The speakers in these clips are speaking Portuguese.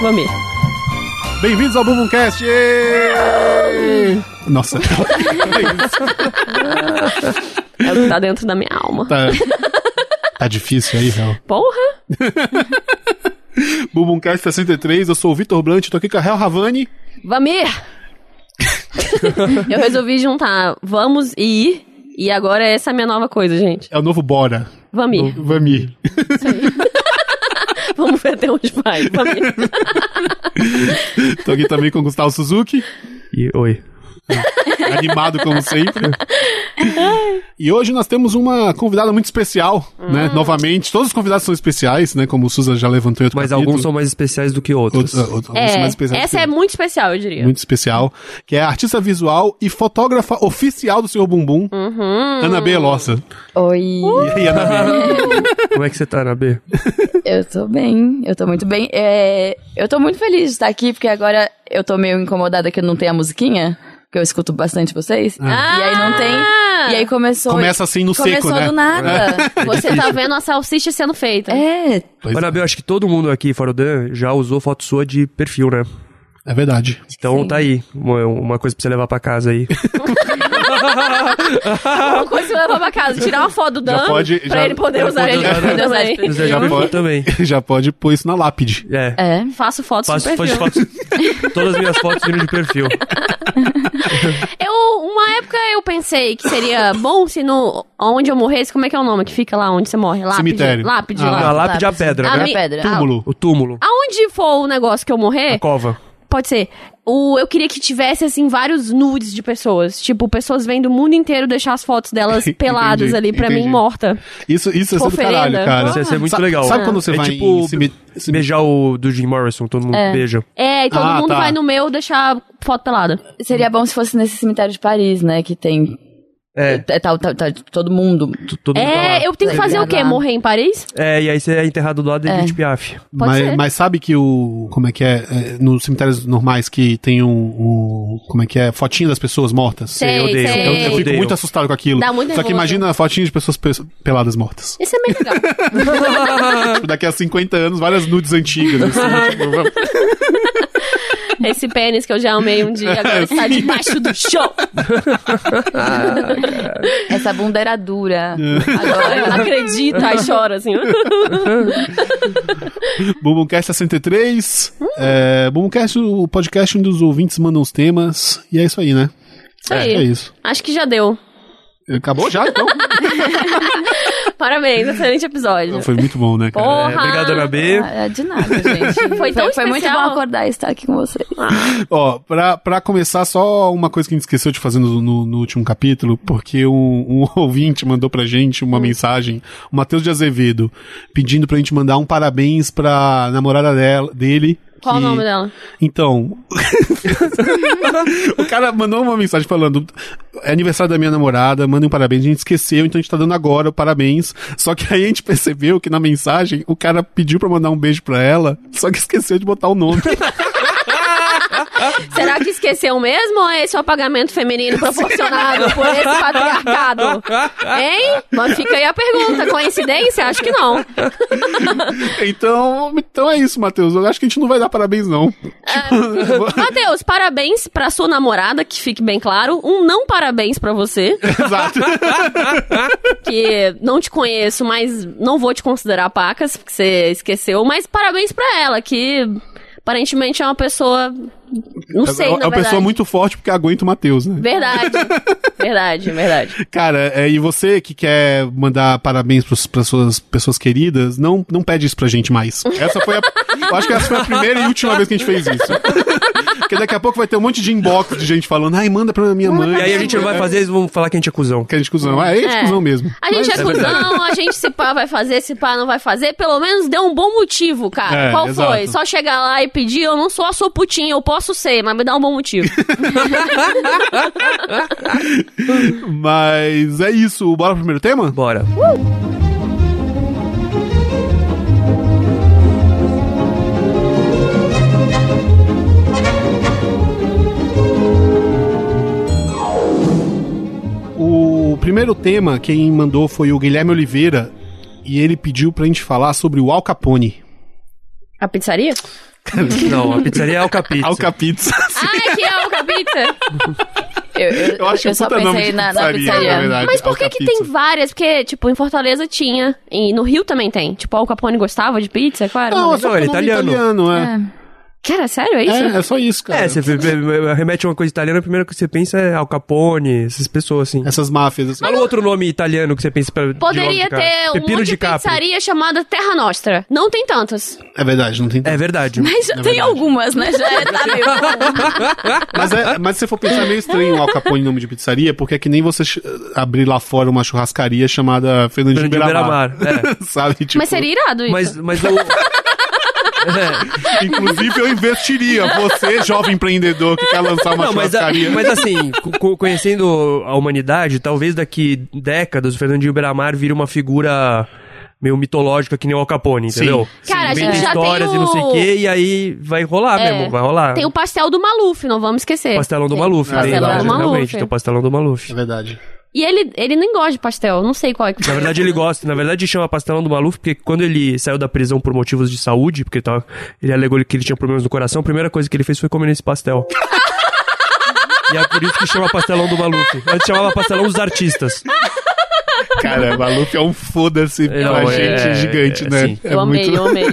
Vomir. Bem-vindos ao Bumbumcast! Nossa, É o que tá dentro da minha alma. tá, tá difícil aí, Hel. Porra! Bumbumcast 63, eu sou o Vitor Blunt, tô aqui com a Hel Havani. Vamir! eu resolvi juntar vamos e ir. E agora essa é a minha nova coisa, gente. É o novo Bora. Vamir. O Vami. Vamos ver até onde vai. Vamir. Tô aqui também com o Gustavo Suzuki, E oi. animado como sempre. E hoje nós temos uma convidada muito especial, Hum. né? Novamente, todos os convidados são especiais, né? Como o Susan já levantou em outro Mas capítulo. alguns são mais especiais do que outros. Outros- outros são mais É, especiais essa que é muito especial, eu diria. muito especial, que é a artista visual e fotógrafa oficial do Senhor Bumbum, Uhum. Ana B. Lossa. Oi, E aí, Ana B? Como é que você tá, na B? eu tô bem, eu tô muito bem. É, eu tô muito feliz de estar aqui, porque agora eu tô meio incomodada que não tem a musiquinha, porque eu escuto bastante vocês. E aí não tem. E aí começou. É. Começa assim no começou seco, né? do nada. Você tá vendo a salsicha sendo feita. É, Pois Mas, na B, eu acho que todo mundo aqui, fora o Dan, já usou foto sua de perfil, né? É verdade. Então tá aí. Uma, uma coisa pra você levar pra casa aí. Uma coisa que eu levar pra casa, tirar uma foto do Já Dan pode- pra já- ele poder já usar pode ele. usar, né? poder usar de Você perfil. já Uhum. perfil também. Já pode pôr isso na lápide. É. é. Faço fotos Faço do foto perfil. de foto. Todas as minhas fotos vindo de perfil. Eu, uma época eu pensei que seria bom se no onde eu morresse, como é que é o nome que fica lá onde você morre? Lápide. Cemitério. Lápide, Ah, A lá. lápide é a pedra, A né? mi- pedra. Túmulo. O Ah, túmulo. Aonde for o negócio que eu morrer, A cova. pode ser. O, eu queria que tivesse, assim, vários nudes de pessoas. Tipo, pessoas vêm do mundo inteiro deixar as fotos delas Entendi, peladas ali pra entendi. mim, morta. Isso, isso é ser do Oferenda. caralho, cara. Isso ia ser muito Sa- legal. Sabe quando você é vai tipo em cemi- cemi- beijar o do Jim Morrison, todo mundo beija. É, e todo Ah, mundo tá. vai no meu deixar foto pelada. Ah, Seria bom se fosse nesse cemitério de Paris, né? Que tem. É, é, Tá, tá- tá todo mundo. t- todo mundo tá lá. É, eu tenho que fazer o quê? Lá. Morrer em Paris? É, e aí você é enterrado do lado de É. Edith Piaf. Pode mas, ser. mas sabe que o. Como é que é? é, Nos cemitérios normais que tem um. um- como é que é? Fotinho das pessoas mortas. Sei, odeio. sei. Então, Eu eu fico odeio. muito assustado com aquilo. Dá muito Só que nervoso. imagina a fotinha de pessoas pe- peladas mortas. Isso é meio legal. Ah. Tipo, daqui a 50 anos, várias nudes antigas. Assim, tipo, Esse pênis que eu já amei um dia, agora está debaixo do chão. Essa bunda era dura. É. tá Agora eu não acredito, aí chora assim. Bumbumcast 63. Hum. É, Bumbumcast, o podcast onde os ouvintes mandam os temas. E é isso aí, né? Isso É, é aí. isso. Acho que já deu. Acabou já, então? Parabéns, excelente episódio. Foi muito bom, né, cara? Porra. É, obrigado, Ana B. Ah, é de nada, gente. Foi tão foi muito bom especial. acordar e estar aqui com vocês. Ó, pra, pra começar, só uma coisa que a gente esqueceu de fazer no, no- no último capítulo, porque um, um ouvinte mandou pra gente Hum. uma mensagem, o Matheus de Azevedo, pedindo pra gente mandar um parabéns pra namorada dela, dele. Qual o que- nome dela? Então. o cara mandou uma mensagem falando: é aniversário da minha namorada, mandem um parabéns. A gente esqueceu, então a gente tá dando agora o parabéns. Só que aí a gente percebeu que na mensagem o cara pediu pra mandar um beijo pra ela, só que esqueceu de botar o nome. Será que esqueceu mesmo ou é esse o apagamento feminino proporcionado por esse patriarcado? Hein? Mas fica aí a pergunta. Coincidência? Acho que não. então, então é isso, Matheus. Eu acho que a gente não vai dar parabéns, não. Ah. Tipo, Matheus, parabéns pra sua namorada, que fique bem claro. Um não parabéns pra você, Exato. que não te conheço, mas não vou te considerar pacas, porque você esqueceu. Mas parabéns pra ela, que aparentemente é uma pessoa. Não sei, é uma na verdade. pessoa muito forte porque aguenta o Matheus, né? Verdade. Verdade, verdade. Cara, é, e você que quer mandar parabéns pros, pras suas pessoas queridas, não, não pede isso pra gente mais. Essa foi a, eu acho que essa foi a primeira e última vez que a gente fez isso. Porque daqui a pouco vai ter um monte de inbox de gente falando, ai, manda pra minha mãe. E aí a gente não vai fazer, eles vão falar que a gente é cuzão. Que é discussão. Ah, é, É. discussão mesmo. A gente é cuzão, a gente se pá vai fazer, se pá não vai fazer. Pelo menos deu um bom motivo, cara. É, Qual exato. foi? Só chegar lá e pedir, eu não sou a sua putinha, eu posso ser, mas me dá um bom motivo. Mas é isso. Bora pro primeiro tema? Bora. O primeiro tema, quem mandou foi o Guilherme Oliveira. E ele pediu pra gente falar sobre o Al Capone. A pizzaria? Não, a pizzaria é Alcapizza. Alcapizza. Ai, que é o capita! Eu, eu, Eu acho eu um só puta nome pensei de na, na pizzaria, na pizzaria. verdade. Mas por que que tem Alcapizza. várias? Porque, tipo, em Fortaleza tinha. E no Rio também tem. Tipo, o Capone gostava de pizza, claro. Não, é Não, só ele é italiano. italiano. italiano é. Cara, sério, é isso? É, é só isso, cara. É, você vê- vê- remete a uma coisa italiana, a primeira coisa que você pensa é Al Capone, essas pessoas assim. Essas máfias. assim. Fala um outro nome italiano que você pensa pra. de logo Poderia de cara. ter um Pepino monte de, Capri. pizzaria chamada Terra Nostra. Não tem tantas. É verdade, não tem. É verdade. Mas já tem algumas, né? Já é, tá meio... Mas, é, mas se você for pensar, é meio estranho o Al Capone em nome de pizzaria, porque é que nem você ch- abrir lá fora uma churrascaria chamada Fernandinho Grande Beiramar. Beira-Mar. É. Sabe? Tipo, Mas seria irado isso. Mas, mas o. É. Inclusive, eu investiria. Você, jovem empreendedor que quer lançar uma Não, mas, a- churrascaria. mas assim, co- co- conhecendo a humanidade, talvez daqui décadas o Fernandinho Beiramar vire uma figura meio mitológica que nem o Al Capone, Sim. entendeu? Cara, a Inventa gente já histórias tem e não sei o- o quê, e aí vai rolar É. mesmo, vai rolar. Tem o pastel do Maluf, não vamos esquecer. Pastelão do Maluf, Pastelão tem, do verdade, É. Maluf. realmente, tem o pastelão do Maluf. É verdade. E ele, ele nem gosta de pastel, não sei qual é que Na verdade, ele gosta. Na verdade, chama pastelão do Maluf, porque quando ele saiu da prisão por motivos de saúde, porque ele, tava- ele alegou que ele tinha problemas no coração, a primeira coisa que ele fez foi comer esse pastel. e é por isso que chama pastelão do Maluf. Antes chamava pastelão dos artistas. Cara, Maluf é um foda-se Não, pra é- gente gigante, é, né? sim. É Eu amei, eu amei.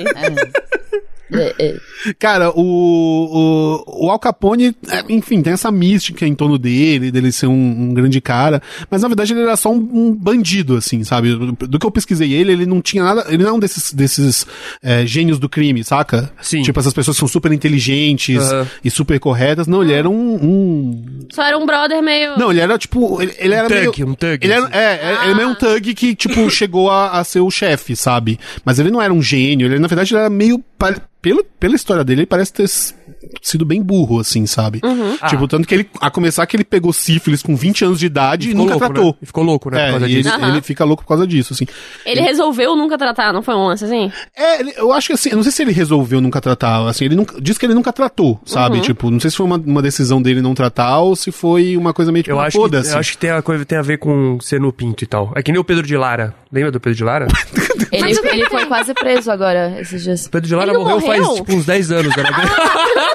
É, é. Cara, o, o, o Al Capone, é, enfim, tem essa mística em torno dele, dele ser um, um grande cara, mas na verdade ele era só um, um bandido, assim, sabe? Do que eu pesquisei ele, ele não tinha nada, ele não é um desses, desses é, gênios do crime, saca? Sim. Tipo, essas pessoas que são super inteligentes Aham. Ah. e super corretas. Não, ele era um. um- Só era um brother meio. Não, ele era tipo. Ele, ele era Um thug, meio. um thug, Ele era, assim. é, é, ele é meio um thug que, tipo, chegou a, a ser o chefe, sabe? Mas ele não era um gênio, ele na verdade ele era meio. pa- Pelo, pela história dele, ele parece ter s- sido bem burro, assim, sabe? Ah. Tipo, tanto que ele, a começar que ele pegou sífilis com 20 anos de idade e, Ficou nunca louco, tratou. Né? E Ficou louco, né? É, por causa e ele, disso. Aham. ele fica louco por causa disso, assim. Ele resolveu nunca tratar, não foi um lance assim? É, ele- eu acho que assim, eu não sei se ele resolveu nunca tratar, assim, ele nunca, diz que ele nunca tratou, sabe? Tipo, não sei se foi uma, uma decisão dele não tratar ou se foi uma coisa meio tipo, Eu, ah, acho que, foda-se. eu acho que tem a, coisa, tem a ver com ser no pinto e tal. É que nem o Pedro de Lara. Lembra do Pedro de Lara? O Ele, ele foi quase preso agora, esses dias. Pedro de Lara Ele não morreu, morreu? faz tipo, uns 10 anos. Né?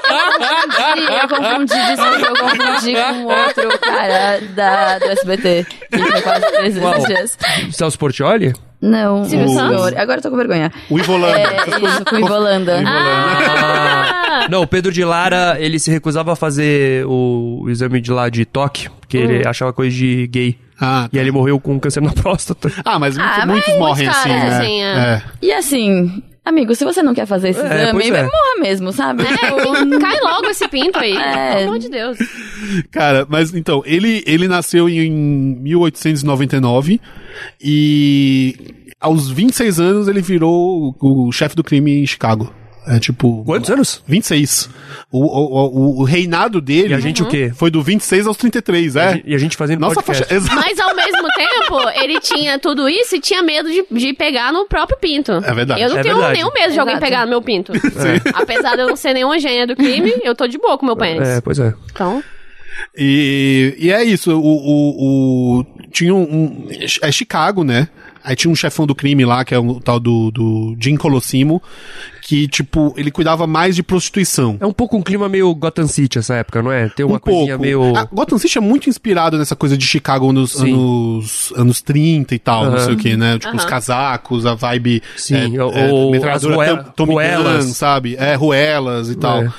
Eu confundi, desculpa, eu confundi com um outro cara da, do SBT. Que foi quase preso Uau. esses dias. Santos Portioli? Não, Silvio o- Santos? agora eu tô com vergonha. O Ivolanda. É, isso, com o Ivolanda. Ah! Não, o Pedro de Lara, ele se recusava a fazer o, o exame de lá de toque, porque ele achava coisa de gay. Ah, E aí ele morreu com câncer na próstata. Ah, mas muitos, Ah, mas muitos muitos morrem assim, caras, né? assim, é. é. E assim, amigo, se você não quer fazer esse É, exame, pois é. morra mesmo, sabe? Tipo, Então, É, cai logo esse pinto aí. É. Pelo amor de Deus. Cara, mas então, ele, ele nasceu em, em 1899 e aos 26 anos ele virou o, o chefe do crime em Chicago. É tipo. Quantos anos? 26. O, o, o, o reinado dele. E a gente o quê? Foi do 26 aos 33, é? E a gente fazendo Nossa podcast. faixa. Exato. Mas ao mesmo tempo, ele tinha tudo isso e tinha medo de, de pegar no próprio pinto. É verdade. Eu não É tenho verdade. nenhum medo de alguém Exato. pegar no meu pinto. Apesar de eu não ser nenhuma gênia do crime, eu tô de boa com meu pênis. É, pois é. Então, E, e é isso, o, o, o- tinha um, um- é Chicago, né? Aí tinha um chefão do crime lá, que é o tal do, do Jim Colosimo, que, tipo, ele cuidava mais de prostituição. É um pouco um clima meio Gotham City essa época, não é? Tem uma um coisinha pouco. meio... A Gotham City é muito inspirado nessa coisa de Chicago nos Sim. anos, anos 30 e tal, não Aham. sei o que, né? Tipo, os Aham. casacos, a vibe... Sim, é, o- é, o- metralhadora as ruela- Tom- Tommy ruelas. Gun, sabe? É, ruelas e tal. É.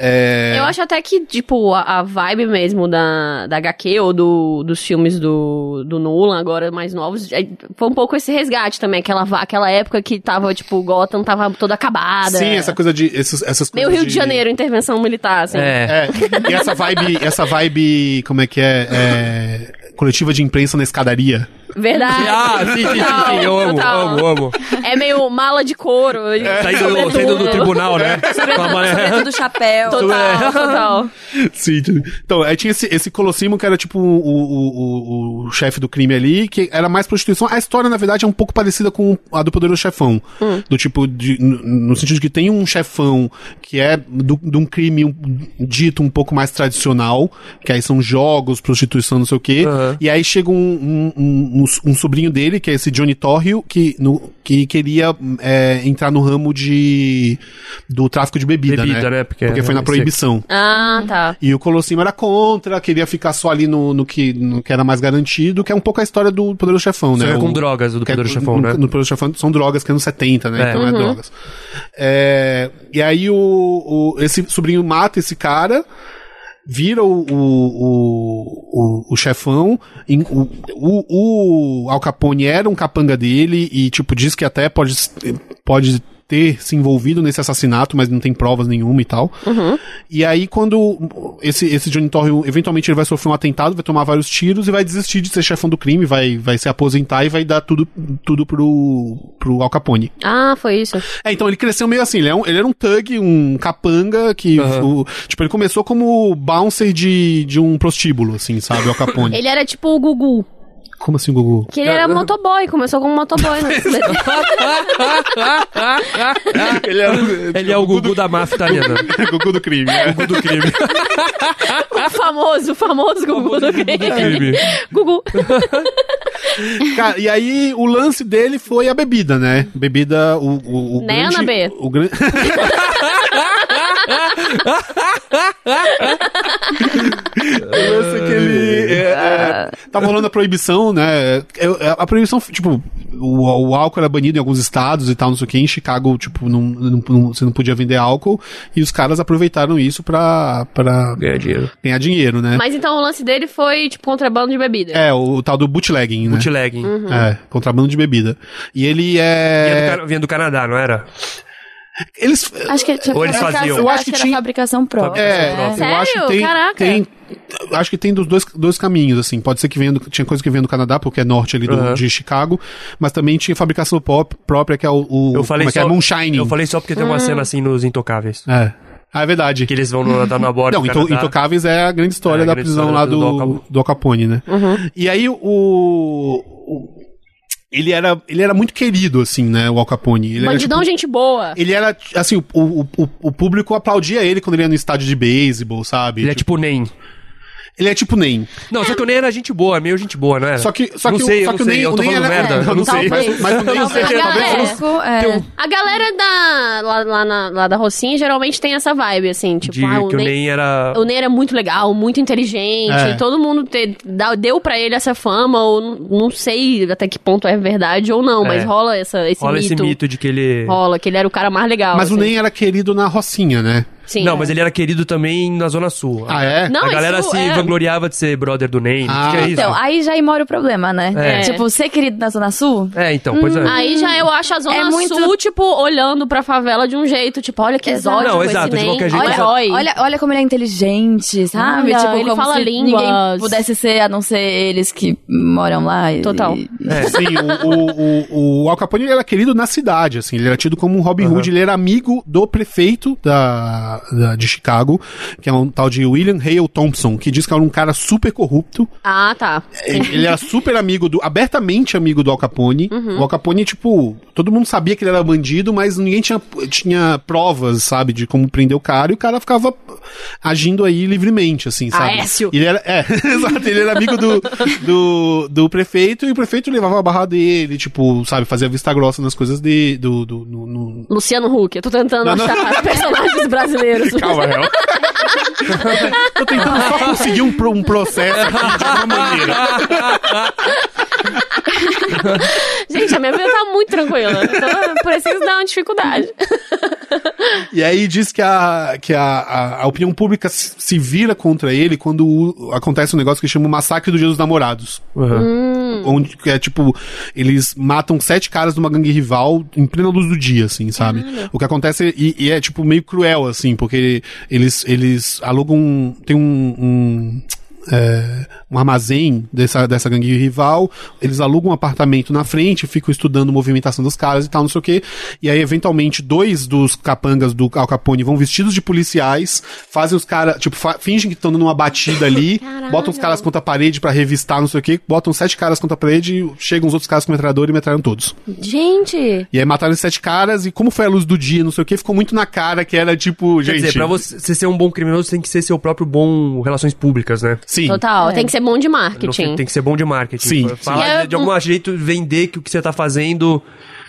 É. eu acho até que, tipo, a, a vibe mesmo da, da HQ ou do, dos filmes do, do Nolan, agora mais novos, é- foi um pouco esse resgate também. Aquela, va- aquela época que tava, tipo, Gotham tava toda acabada. Sim, essa coisa de... Esses, essas Meio coisas Rio de Janeiro, intervenção militar, assim. É. É, e essa vibe, essa vibe, como é que é, é, coletiva de imprensa na escadaria. Verdade. Ah, sim, sim, sim, sim, eu amo, Total. amo, amo. É meio mala de couro. e Saindo, sobretudo. saindo do tribunal, né? É. Com a maré. Sobretudo chapéu. Total, total. Sim. Então, aí tinha esse, esse Colossimo que era tipo o, o, o, o chefe do crime ali, que era mais prostituição. A história, na verdade, é um pouco parecida com a do Poderoso Chefão. Hum. Do tipo, de- no, no sentido de que tem um chefão que é do- de um crime um- dito um pouco mais tradicional, que aí são jogos, prostituição, não sei o quê. Aham. E aí chega um, um, um- um, um sobrinho dele, que é esse Johnny Torrio, que, no, que queria é, entrar no ramo de do tráfico de bebida, né? Bebida, né? Porque- foi na é, proibição. Ah, tá. E o Colossimo era contra, queria ficar só ali no, no que, no que era mais garantido, que é um pouco a história do Poderoso Chefão, Só né? que O- com drogas do que é- Pedro Chafão, no, né? No Poderoso Chefão são drogas, que é nos 70, né? É. Então é drogas. É, e aí o, o- esse sobrinho mata esse cara, vira o, o, o, o- o chefão, em- o, o, o Al Capone era um capanga dele e, tipo, diz que até pode, pode ter se envolvido nesse assassinato, mas não tem provas nenhuma e tal. E aí, quando esse, esse Johnny Torrio, eventualmente ele vai sofrer um atentado, vai tomar vários tiros e vai desistir de ser chefão do crime, vai, vai se aposentar e vai dar tudo, tudo pro, pro Al Capone. Ah, foi isso. É, então ele cresceu meio assim, ele, é um- ele era um thug, um capanga, que, Aham. o- tipo, ele começou como bouncer de, de um prostíbulo, assim, sabe, o Al Capone. Ele era tipo o Gugu. Como assim, Gugu? Que ele É. era motoboy, começou como motoboy. né? Ele é Ele é o Gugu da máfia italiana. o Gugu do crime, é. Gugu do crime. o É famoso, o famoso Gugu do crime. crime. Gugu. Cara, e aí o lance dele foi a bebida, né? Bebida, o, o, o Né, grande... Ana B? O gran- o lance é que ele... é, é, tava rolando a proibição, né? Eu- A proibição, tipo, o, o álcool era banido em alguns estados e tal, não sei o que. Em Chicago, tipo, não, não- não- você não podia vender álcool. E os caras aproveitaram isso pra, pra Ganha dinheiro. ganhar dinheiro, né? Mas então o lance dele foi, tipo, contrabando de bebida. É, o tal do bootlegging, né? Bootlegging. Uhum. É, contrabando de bebida. E ele Vinha, do é. Cana- vinha do Canadá, não era? Eles. Acho que ele tinha Ou eles fabricação- faziam. Eu acho que era tinha- fabricação própria. É, né? eu acho que Sério? tem. Caraca. tem- acho que tem dos dois, dois caminhos, assim. Pode ser que venha do, tinha coisa que venha do Canadá, porque é norte ali do, Uhum. de Chicago, mas também tinha fabricação pop, própria, que é o. o- Eu falei como é que só. é? Moonshine. Eu falei só porque tem Ah. uma cena assim nos Intocáveis. É. Ah, é verdade. Que eles vão no, dar na borda. Não, do Into- Canadá. Intocáveis é a grande história É, a da grande prisão história lá do- do Al do, Capone. do Al Capone, né? Uhum. E aí o. o- ele era, ele era muito querido, assim, né, o Al Capone. Ele era, tipo, Bandidão, gente boa. Ele era, assim, o, o, o, o público aplaudia ele quando ele ia no estádio de beisebol, sabe? Ele é tipo o Nen. ele é tipo nem. Não, só que o Nen era gente boa, meio gente boa, não era? Só que, só não que, o- sei, só eu que não sei, eu tô falando merda. Não, eu não sei. Talvez. Mas, mas o Ney, Talvez. você, Talvez. talvez Talvez. Pouco, é. Tem um- A galera da, lá, lá na- lá da Rocinha geralmente tem essa vibe, assim, tipo, de, ah, o que o Ney, Nen era. o Ney era muito legal, muito inteligente, É. todo mundo te- dá- deu pra ele essa fama, ou n- não sei até que ponto é verdade ou não, mas É. rola essa, esse, Rola mito, esse mito de que ele. Rola, que ele era o cara mais legal. mas o assim. Ney era querido na Rocinha, né? Sim. Não, mas ele era querido também na Zona Sul. Ah, é? Não, a galera assim, isso se é- vangloriava de ser brother do Nen. Ah, que é isso? Então, aí já aí mora o problema, né? É. Tipo, ser querido na Zona Sul... É, então, pois é. Hum, Aí já eu acho a Zona É muito- Sul, tipo, olhando pra favela de um jeito, tipo, olha que Exato. exótico Não, esse exato, de Ney, qualquer jeito, um exato. herói. Olha, olha como ele é inteligente, sabe? Olha, tipo, ele como fala se línguas. ninguém pudesse ser a não ser eles que moram lá. e- Total. É. Sim, o, o, o, o Al Capone ele era querido na cidade, assim, ele era tido como um Robin Hood, ele era amigo do prefeito da, da- de Chicago, que é um tal de William Hale Thompson, que diz que era um cara super corrupto, Ah, tá. É. ele era super amigo do. abertamente amigo do Al Capone. O Al Capone, tipo, todo mundo sabia que ele era bandido, mas ninguém tinha, tinha provas, sabe, de como prender o cara, e o cara ficava agindo aí livremente, assim, sabe? Aécio. Ele era, é, exato, ele era amigo do, do, do prefeito, e o prefeito levava a barra dele, tipo, sabe, fazia vista grossa nas coisas dele, do. do no- no- Luciano Huck, eu tô tentando Não, não. achar personagens brasileiros. Calma, Hel. Tô tentando só conseguir um, pro- um processo aqui de alguma maneira. Gente, a minha vida tá muito tranquila. Então eu preciso dar uma dificuldade. E aí diz que a, que a, a, a opinião pública se se vira contra ele quando o- acontece um negócio que chama o Massacre do Dia dos Namorados. Uhum. Onde que é tipo, eles matam sete caras de uma gangue rival em plena luz do dia, assim, sabe? O que acontece e, e é tipo meio cruel, assim, porque eles, eles alugam. um- Tem um. um é, um armazém dessa, dessa gangue rival, eles alugam um apartamento na frente, ficam estudando a movimentação dos caras e tal, não sei o quê. E aí, eventualmente, dois dos capangas do Al Capone vão vestidos de policiais, fazem os caras, tipo, fa- fingem que estão dando uma batida ali, botam os caras contra a parede pra revistar, não sei o quê, botam sete caras contra a parede, e chegam os outros caras com metralhador e metralham todos. Gente, E aí mataram esses sete caras, e como foi a luz do dia, não sei o quê, ficou muito na cara que era tipo, Quer gente. dizer, pra você, você ser um bom criminoso, você tem que ser seu próprio bom relações públicas, né? Sim. Total, É. tem que ser bom de No fim, marketing. Tem que ser bom de marketing. Sim, Fa- Falar sim. de- de, algum jeito, vender que o que você tá fazendo,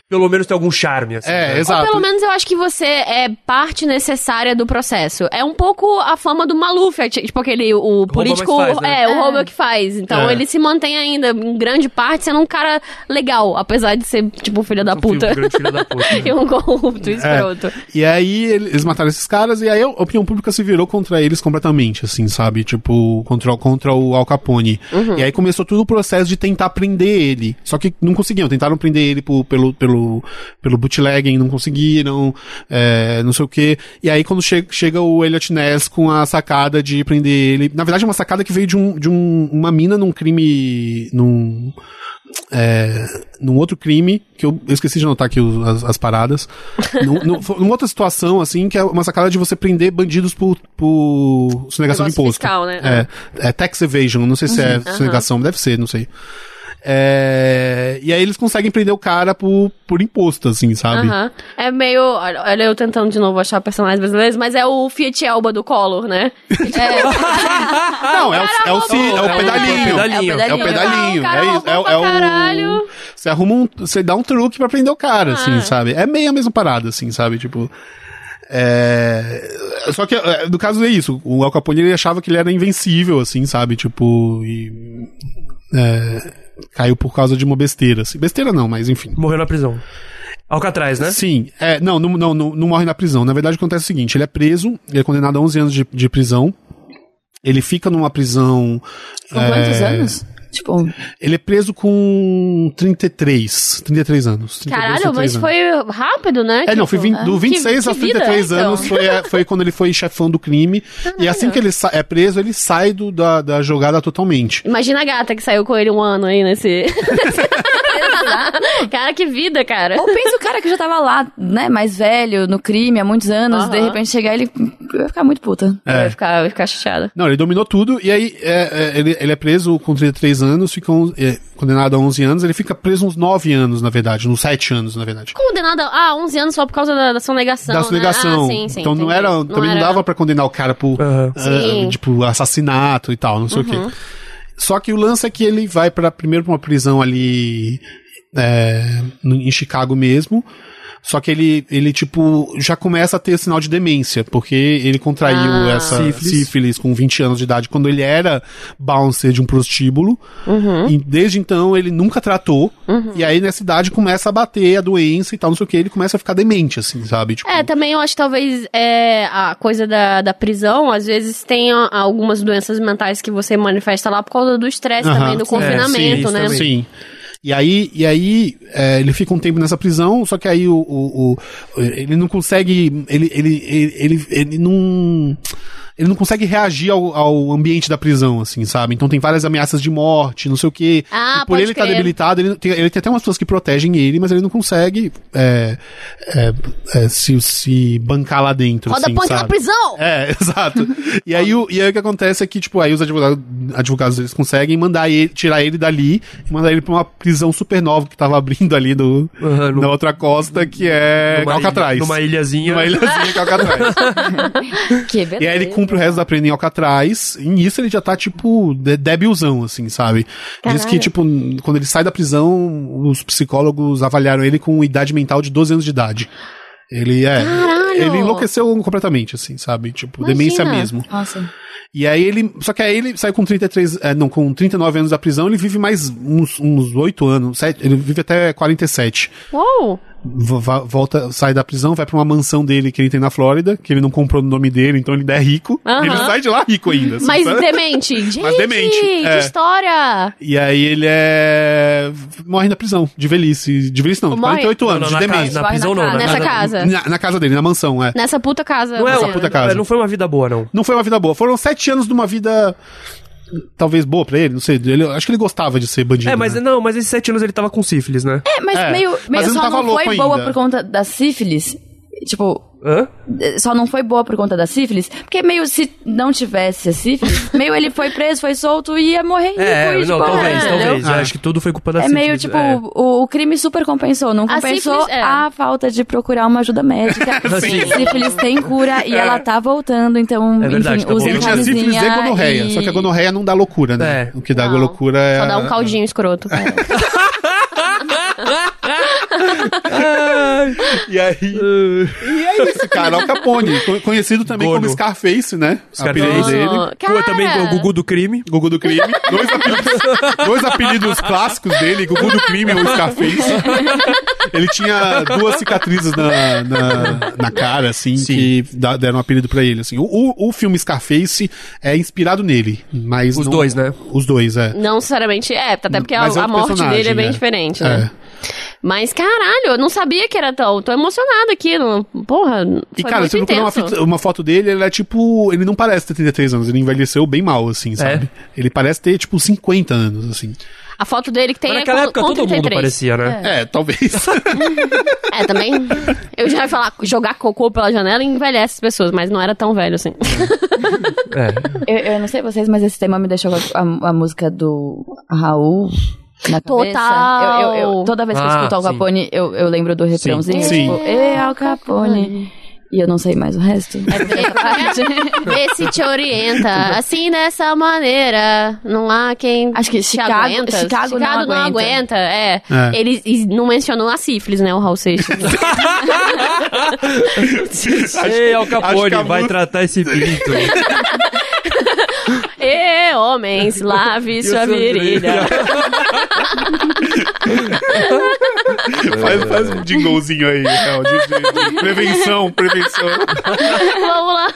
pelo menos tem algum charme, assim. É, né? Ou exato. pelo menos eu acho que você é parte necessária do processo. É um pouco a fama do Maluf, é ti- tipo aquele o político, mais faz, né? é, o É. roubo é que faz. Então É. ele se mantém ainda em grande parte sendo um cara legal, apesar de ser tipo filho da Um filho- puta. um grande filho da puta. né? e um É. corrupto, escroto. E aí ele- eles mataram esses caras e aí a opinião pública se virou contra eles completamente, assim, sabe? Tipo, contra, o- contra o Al Capone. E aí começou todo o processo de tentar prender ele. Só que não conseguiam, tentaram prender ele por- pelo, pelo, pelo bootlegging, não conseguiram, é, não sei o quê. E aí quando che- chega o Elliot Ness com a sacada de prender ele. Na verdade, é uma sacada que veio de, um, de um- uma mina num crime. num. é, num outro crime, que eu, eu esqueci de anotar aqui os- as, as paradas. Num- num- foi numa outra situação, assim, que é uma sacada de você prender bandidos por, por sonegação de Negócio imposto. fiscal, né? Uhum, É, é tax evasion, não sei se é sonegação, deve ser, não sei. É, e aí eles conseguem prender o cara por, por imposto, assim, sabe? Aham. É meio. Olha olha eu tentando de novo achar personagens brasileiros, mas é o Fiat Elba do Collor, né? Não, é o, é o, ci- é o É o pedalinho. pedalinho. É o pedalinho, O cara é isso. roubou É, o- pra é o- caralho. Você arruma um. Você dá um truque pra prender o cara, assim, Ah. sabe? É meio a mesma parada, assim, sabe? Tipo. É... Só que, é, no caso, é isso. O Al Capone ele achava que ele era invencível, assim, sabe? Tipo. E. é, Caiu por causa de uma besteira, assim. Besteira não, mas enfim. Morreu na prisão. Alcatraz, né? Sim, é, não, não, não, não, não morre na prisão. Na verdade, acontece o seguinte: ele é preso, ele é condenado a 11 anos de, de prisão. Ele fica numa prisão. Com é, quantos anos? Tipo, Ele é preso com 33, 33 anos. 32, Caralho, mas 33 anos. foi rápido, né? É, não, Tipo, foi vin- ah, do que- 26 aos que vida, 33 então. anos foi, é, foi quando ele foi chefão do crime. E assim que ele sa- é preso, ele sai do- da, da jogada totalmente. Imagina a gata que saiu com ele um ano aí nesse. cara, que vida, cara. Ou pensa o cara que já tava lá, né, mais velho, no crime há muitos anos, Aham. de repente chegar ele vai ficar muito puta. É. Vai, ficar, vai ficar chateada. Não, ele dominou tudo e aí é, é, ele, ele é preso com 33 anos, fica on- é, condenado a 11 anos, ele fica preso uns 9 anos, na verdade, uns 7 anos, na verdade. Condenada a 11 anos só por causa da, da sonegação. da né? sonegação. Ah, sim, sim, então não entendi. era, também não era- dava pra condenar o cara por Aham. ah, Sim. Uhum. tipo assassinato e tal, não sei o quê. Só que o lance é que ele vai para primeiro pra uma prisão ali é, no- em Chicago mesmo. Só que ele, ele, tipo, já começa a ter sinal de demência, porque ele contraiu Ah. essa sífilis. Sífilis. com 20 anos de idade, quando ele era bouncer de um prostíbulo. Uhum. E desde então ele nunca tratou. E aí nessa idade começa a bater a doença e tal, não sei o que, ele começa a ficar demente, assim, sabe? Tipo, É, também eu acho que talvez é, a coisa da, da prisão, às vezes tem a- algumas doenças mentais que você manifesta lá por causa do estresse Aham. também, do É, confinamento, sim, né? isso também. Sim. E aí, e aí é, ele fica um tempo nessa prisão, só que aí o, o- o- ele não consegue. Ele, ele, ele, ele, ele não. Ele não consegue reagir ao, ao ambiente da prisão, assim, sabe? Então tem várias ameaças de morte, não sei o quê. Ah, e por pode ele estar crer. debilitado, ele tem, ele tem até umas pessoas que protegem ele, mas ele não consegue é, é, é, se, se bancar lá dentro. Roda assim, ponte sabe? na prisão! É, exato. E aí, o, e aí o que acontece é que, tipo, aí os advogados, advogados eles conseguem mandar ele, tirar ele dali e mandar ele pra uma prisão super nova que tava abrindo ali do, Aham, É, no- na outra costa, que é Numa Alcatraz. ilha- numa ilhazinha. Numa Né? ilhazinha que é Alcatraz. Que beleza. e aí ele cumpre o resto da prenda em Alcatraz, e nisso ele já tá, tipo, de, débilzão, assim, sabe? Diz que, Caralho. tipo, quando ele sai da prisão, os psicólogos avaliaram ele com idade mental de 12 anos de idade. Ele é. Caralho! Ele enlouqueceu completamente, assim, sabe? Tipo, demência Imagina. mesmo. Nossa. E aí ele. Só que aí ele sai com 33. É, não, com 39 anos da prisão, ele vive mais uns, uns 8 anos. sete- ele vive até 47. Uou! Vo- va- Volta, sai da prisão, vai pra uma mansão dele que ele tem na Flórida, que ele não comprou no nome dele, então ele ainda é rico. Aham. Ele sai de lá rico ainda. assim, Mas sabe? demente! Gente, demente, que é. história! E aí ele é. morre na prisão, de velhice. De velhice não, de Morre? 48 Não, anos, não, de na, casa, demência. na prisão não. Morre na na Nessa casa. Na, na casa dele, na mansão, é. Nessa puta casa. Não, é, você- Nessa puta casa. não foi uma vida boa, não. Não foi uma vida boa. Foram sete anos de uma vida. Talvez boa pra ele, não sei. Ele, acho que ele gostava de ser bandido. É, mas né? não, mas esses sete anos ele tava com sífilis, né? É, mas É, meio, mas meio ele só tava não foi louco boa ainda. por conta da sífilis. Tipo, Hã? só não foi boa por conta da sífilis, porque meio se não tivesse a sífilis, meio ele foi preso, foi solto e ia morrer rico É, e de não, boa, talvez, entendeu? talvez. Ah. Eu Acho que tudo foi culpa da É sífilis, meio tipo, é. o, o crime super compensou, não A compensou a, sífilis, é. falta de procurar uma ajuda médica. Sim. Sífilis tem cura e ela tá voltando, então, É verdade, enfim, tá usem Ele tinha camisinha sífilis e gonorreia. e- Só que a gonorreia não dá loucura, né? É. O que dá Não. loucura é. Só dá um a- caldinho escroto. É. E aí? E é isso, Carol Capone. co- Conhecido também Gordo. como Scarface, né? Scarface. Apelido dele. Oh, Cua também com o cara. Gugu do crime. Gugu do Crime. Dois apelidos, dois apelidos clássicos dele, Gugu do Crime ou Scarface. Ele tinha duas cicatrizes na, na, na cara, assim, que da- deram um apelido pra ele. Assim. O, o, o filme Scarface é inspirado nele, mas... Os não- dois, né? Os dois, é. Não necessariamente é, até porque a, Mas é outro a morte personagem, dele é bem né? diferente, né? Mas caralho, eu não sabia que era tão. Tô emocionada aqui. Não, porra, E, foi cara, muito se eu procurar é uma, intenso. fita- uma foto dele, ele é tipo. Ele não parece ter 33 anos, ele envelheceu bem mal, É? assim, sabe? Ele parece ter, tipo, 50 anos, assim. A foto dele que tem Mas é naquela com, época com todo 33. mundo parecia, né? É, talvez. É, também. Eu já ia falar, jogar cocô pela janela envelhece as pessoas, mas não era tão velho assim. É. Eu, eu não sei vocês, mas esse tema me deixou com a, a música do Raul na cabeça. Total. Eu- eu- eu- toda vez que eu Ah, escuto Al sim. Capone, eu, eu lembro do refrãozinho. Sim. Tipo, Ei, Al Capone. É E eu não sei mais o resto. Vê- Vê se te orienta. Assim, dessa maneira, não há quem. Acho que te Chicago- aguenta. Chicago não não aguenta. aguenta. É. É. Ele e não mencionou a sífilis, né? O Raul Seixas. Ei, é, Al acho que Capone, a vai música- tratar esse pinto. Ê, homens, lave sua virilha. faz, É. faz um jinglezinho aí, Raul, de, de- de prevenção, prevenção. Vamos lá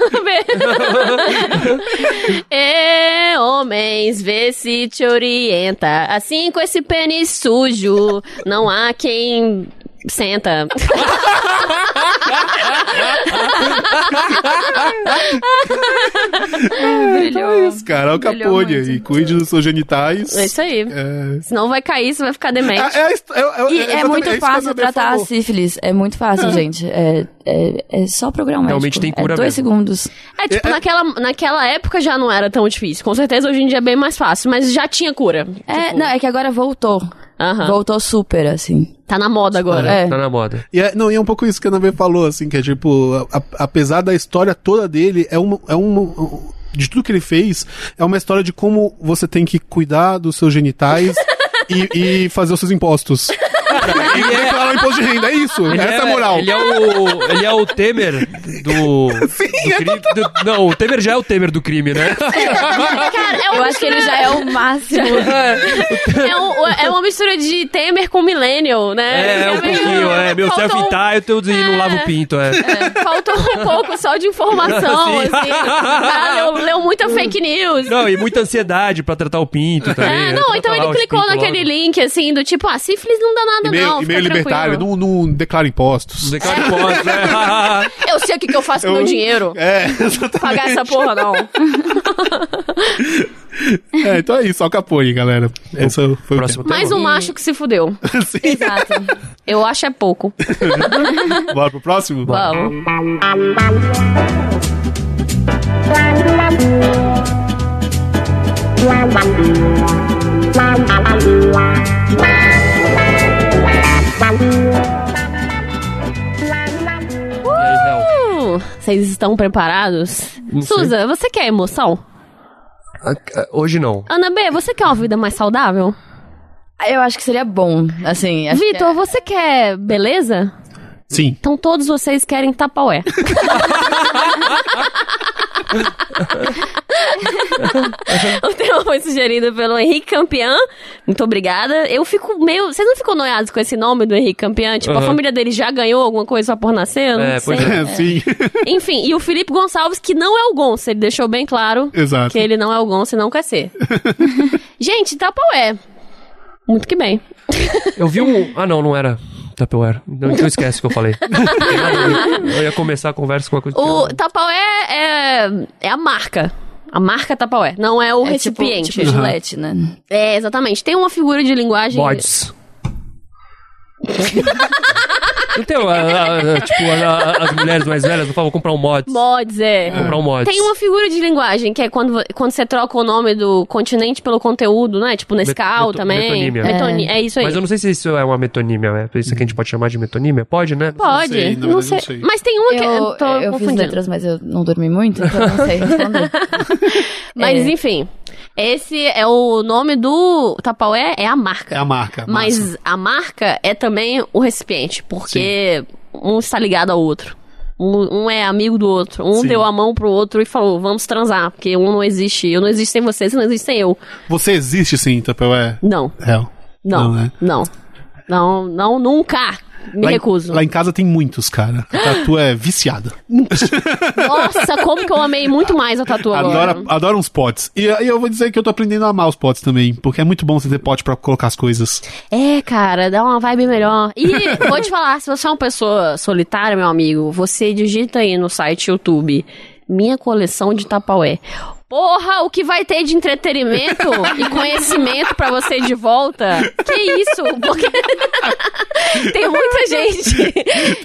ver. Ê, homens, vê se te orienta. Assim, com esse pênis sujo, não há quem senta. É, Brilhou. é Cara, o Capone muito. aí, cuide dos seus genitais. É isso aí. É, Senão vai cair, você vai ficar demente. É- é a hist- é- é- E é é exatamente muito isso que a fácil Isabel tratar a falou. sífilis. É muito fácil, gente. É, é, é só procurar um Realmente médico. tem cura é dois mesmo. segundos. É, tipo, Naquela, naquela época já não era tão difícil. Com certeza hoje em dia é bem mais fácil, mas já tinha cura. É, não, é que agora voltou. Aham. Voltou super, assim. Tá na moda agora. É. Tá na moda. E é, não, e é um pouco isso que a Navê falou, assim, que é tipo, a- a- apesar da história toda dele, é uma. É uma de tudo que ele fez, é uma história de como você tem que cuidar dos seus genitais e, e fazer os seus impostos. e declarar o imposto de renda, é isso. essa é a moral. Ele é o, ele é o Temer do. Sim, do crime, do- Não, o Temer já é o Temer do crime, né? Cara, é uma Eu acho que ele já é o máximo. É, um- é uma mistura de Temer com Millennial, né? É, é um meio- pouquinho, é. Meu faltou um- self-titled e não lavo o pinto, é. Faltou um pouco só de informação, Sim. assim. Ah, leu, leu muita fake news. Não, e muita ansiedade pra tratar o pinto também. É, né? não, então Tratar lá ele os clicou pinto naquele logo. link, assim, do tipo, ah, sífilis não dá nada, E meio, não. e fica meio tranquilo. libertário, não, não declara impostos. Declara imposto, é né? Eu sei o que, que eu faço com Eu- meu dinheiro. É, exatamente. Pagar essa porra, não. Tá É, então é isso, Al Capone, galera. Esse foi Próximo o Mais um macho que se fudeu. tema. Sim. Exato. Eu acho é pouco. Bora pro próximo? Vamos. E aí, Hel? Hum, Vocês estão preparados? sei. Suza, você quer emoção? Ah, ah, Hoje não. Ana B, você quer uma vida mais saudável? Eu acho que seria bom, assim. acho que Vitor, você quer beleza? Sim. Então todos vocês querem tapaué. o tema foi sugerido pelo Henrique Campeã. Muito obrigada. Eu fico meio. Vocês não ficam noiados com esse nome do Henrique Campeã? Tipo, a Aham. família dele já ganhou alguma coisa só por nascer? Eu não É, sei. pois é. Sim, Enfim, e o Felipe Gonçalves, que não é o Gonça, ele deixou bem claro exato. que ele não é o Gonça e não quer ser. Gente, tapaué. Muito que bem. Eu vi um. Ah, não, não era. Tupperware. Então então esquece o que eu falei. Eu ia começar a conversa com uma coisa. que O eu- Tapaué é, é a marca. A marca Tapaué, não é o é tipo- recipiente. Tipo, gilete, né? É, exatamente. Tem uma figura de linguagem. Bodes. Então, a- a- a- tipo, a- a- as mulheres mais velhas não falam, vou comprar um mods. Mods, é. Vou comprar um mods. Tem uma figura de linguagem, que é quando, vo- quando você troca o nome do continente pelo conteúdo, né? Tipo Nescau meto- também. metonímia. Metoni- É. isso aí. Mas eu não sei se isso é uma metonímia, né? Isso que a gente pode chamar de metonímia? Pode, né? Pode. Não sei, na não verdade, não sei. sei. Mas tem uma que Eu, tô eu fiz confundindo. letras, mas eu não dormi muito, então eu não sei responder. Tá Mas É. enfim, esse é o nome do Tapaué, é a marca. É a marca. Mas massa. a marca é também o recipiente, porque um está ligado ao outro. Um, um é amigo do outro. Um Sim. deu a mão pro outro e falou: vamos transar, porque um não existe. Eu não existo sem você, você não existe sem eu. Você existe sim, Tupperware? Não, É. não, não. né? Não, não, nunca. Me Lá em- recuso. lá em casa tem muitos, cara. A Tatu é viciada. Nossa, como que eu amei muito mais a tatu agora. Adora, adora uns potes. E, e eu vou dizer que eu tô aprendendo a amar os potes também, porque é muito bom você ter pote pra colocar as coisas. É, cara, dá uma vibe melhor. E vou te falar, se você é uma pessoa solitária, meu amigo, você digita aí no site YouTube minha coleção de tapaué. Porra, o que vai ter de entretenimento e conhecimento pra você de volta? Que isso? Porque tem muita gente.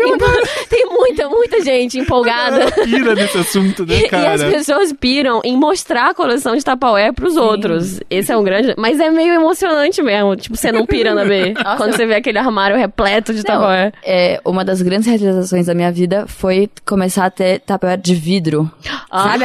empo- Tem muita, muita gente empolgada. Ela pira nesse assunto, né, E as cara? pessoas piram em mostrar a coleção de Tupperware pros outros. Esse é um grande... Mas é meio emocionante mesmo. Tipo, você não pira na B. quando você vê aquele armário repleto de Não, Tupperware. é, uma das grandes realizações da minha vida foi começar a ter tapete de vidro. Sabe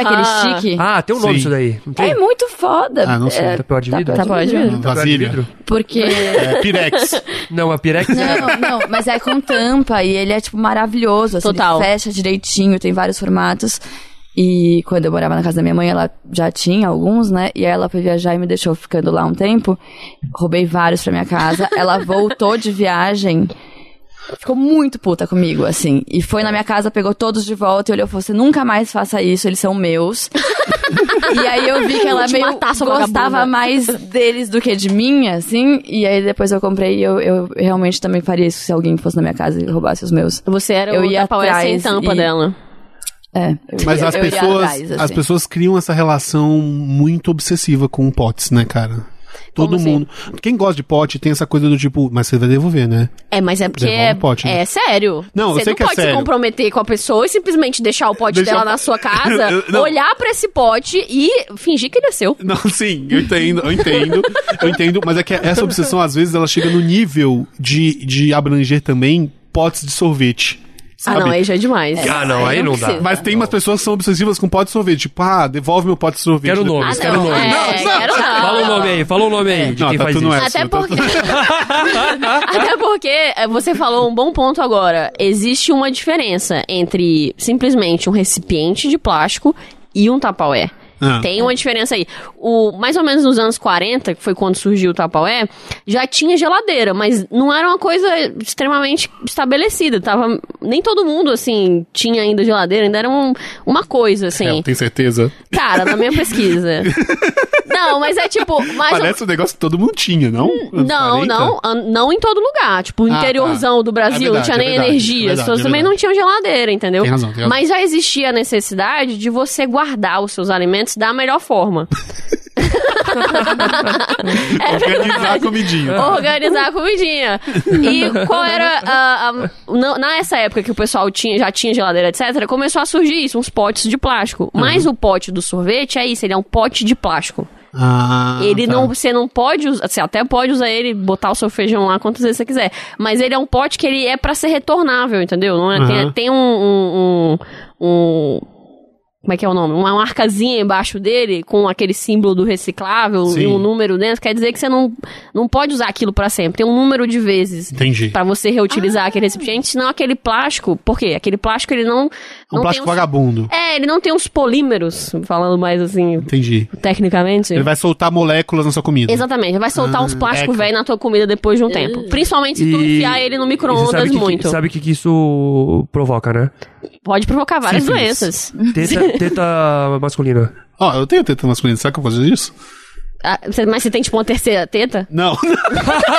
Aham. aquele chique? Ah, tem um nome Sim. isso daí. Não tem? É muito foda. Ah, não sei, É, tapete de vidro? tapete de vidro. Vasilha. Porque... É, Pirex. Não, a Pirex é... Não, não, mas é com tampa e ele é, tipo, maravilhoso. Assim, Total. Ele fecha direitinho, tem vários formatos. E quando eu morava na casa da minha mãe, ela já tinha alguns, né? E aí ela foi viajar e me deixou ficando lá um tempo. Roubei vários pra minha casa. Ela voltou de viagem. Ficou muito puta comigo, assim. E foi na minha casa, pegou todos de volta e olhou e falou: Você nunca mais faça isso, eles são meus. e aí eu vi que ela Vou te meio matar, sua vagabunda. gostava mais deles do que de mim, assim. E aí depois eu comprei e eu, eu realmente também faria isso se alguém fosse na minha casa e roubasse os meus. Você era Eu o ia Tupperware sem atrás tampa e- dela. É. eu- Mas eu- as eu iria pessoas, atrás, as assim. pessoas criam essa relação muito obsessiva com potes, né, cara? Todo Como assim? mundo. Quem gosta de pote tem essa coisa do tipo, mas você vai devolver, né? É, mas é porque Devolve é, o pote, né? é sério. Não, eu você sei não que é pode se sério. comprometer com a pessoa e simplesmente deixar o pote Deixar dela o- na sua casa, Eu- não. olhar pra esse pote e fingir que ele é seu. Não, sim, eu entendo, eu entendo, eu entendo, mas é que essa obsessão, às vezes, ela chega no nível de, de abranger também potes de sorvete. Sabe? Ah, não, aí já é demais. Ah, não, aí não dá. precisa. Mas tem umas pessoas que são obsessivas com pote de sorvete. Tipo, ah, devolve meu pote de sorvete. Quero depois. nomes, Ah, quero não, nomes. é, quero não. Fala o nome aí, fala o nome aí de Não, quem Tatu faz isso. não é. Até Eu tô- porque. Até porque eh, você falou um bom ponto agora. Existe uma diferença entre simplesmente um recipiente de plástico e um tapaué. Ah. Tem uma diferença aí. O, mais ou menos nos anos 40, que foi quando surgiu o Tapaué, já tinha geladeira, mas não era uma coisa extremamente estabelecida. Tava, nem todo mundo, assim, tinha ainda geladeira, ainda era um- uma coisa, assim. É, tem certeza? Cara, na minha pesquisa. não, mas é tipo. mais ou- Parece um negócio que todo mundo tinha, não? Anos não, 40? não, an- não em todo lugar. Tipo, o Ah, interiorzão tá. do Brasil É verdade, não tinha é nem verdade, energia. é As verdade, pessoas é também não verdade. tinham geladeira, entendeu? Tem razão, tem razão. Mas já existia a necessidade de você guardar os seus alimentos da melhor forma. É Organizar a comidinha. organizar a comidinha. E qual era a, a- não- na- nessa época que o pessoal tinha, já tinha geladeira, etc, começou a surgir isso, uns potes de plástico. Uhum. Mas o pote do sorvete é isso, ele é um pote de plástico. Ah, ele tá. não, você não pode usar, você até pode usar ele, botar o seu feijão lá quantas vezes você quiser, mas ele é um pote que ele é pra ser retornável, entendeu? Não é- tem, Aham. tem um, um- um- um- como é que é o nome? Uma marcazinha embaixo dele com aquele símbolo do reciclável e Sim. um número dentro, quer dizer que você não, não pode usar aquilo pra sempre. Tem um número de vezes Entendi. É pra você reutilizar aquele recipiente, senão aquele plástico, por quê? Aquele plástico ele É não um não tem plástico os- vagabundo. É, ele não tem os polímeros, falando mais assim, Entendi. tecnicamente. Ele vai soltar moléculas na sua comida. Exatamente, vai soltar uns plásticos eca. velhos na tua comida depois de um tempo. Principalmente se tu Ah, E- enfiar ele no E você sabe micro-ondas que- que- muito. Sabe o que, que isso provoca, né? Pode provocar várias Sífilis. doenças. Teta, teta masculina. Ó, eu tenho teta masculina, será que eu posso fazer isso? Ah, você- mas você tem, tipo, uma terceira teta? Não.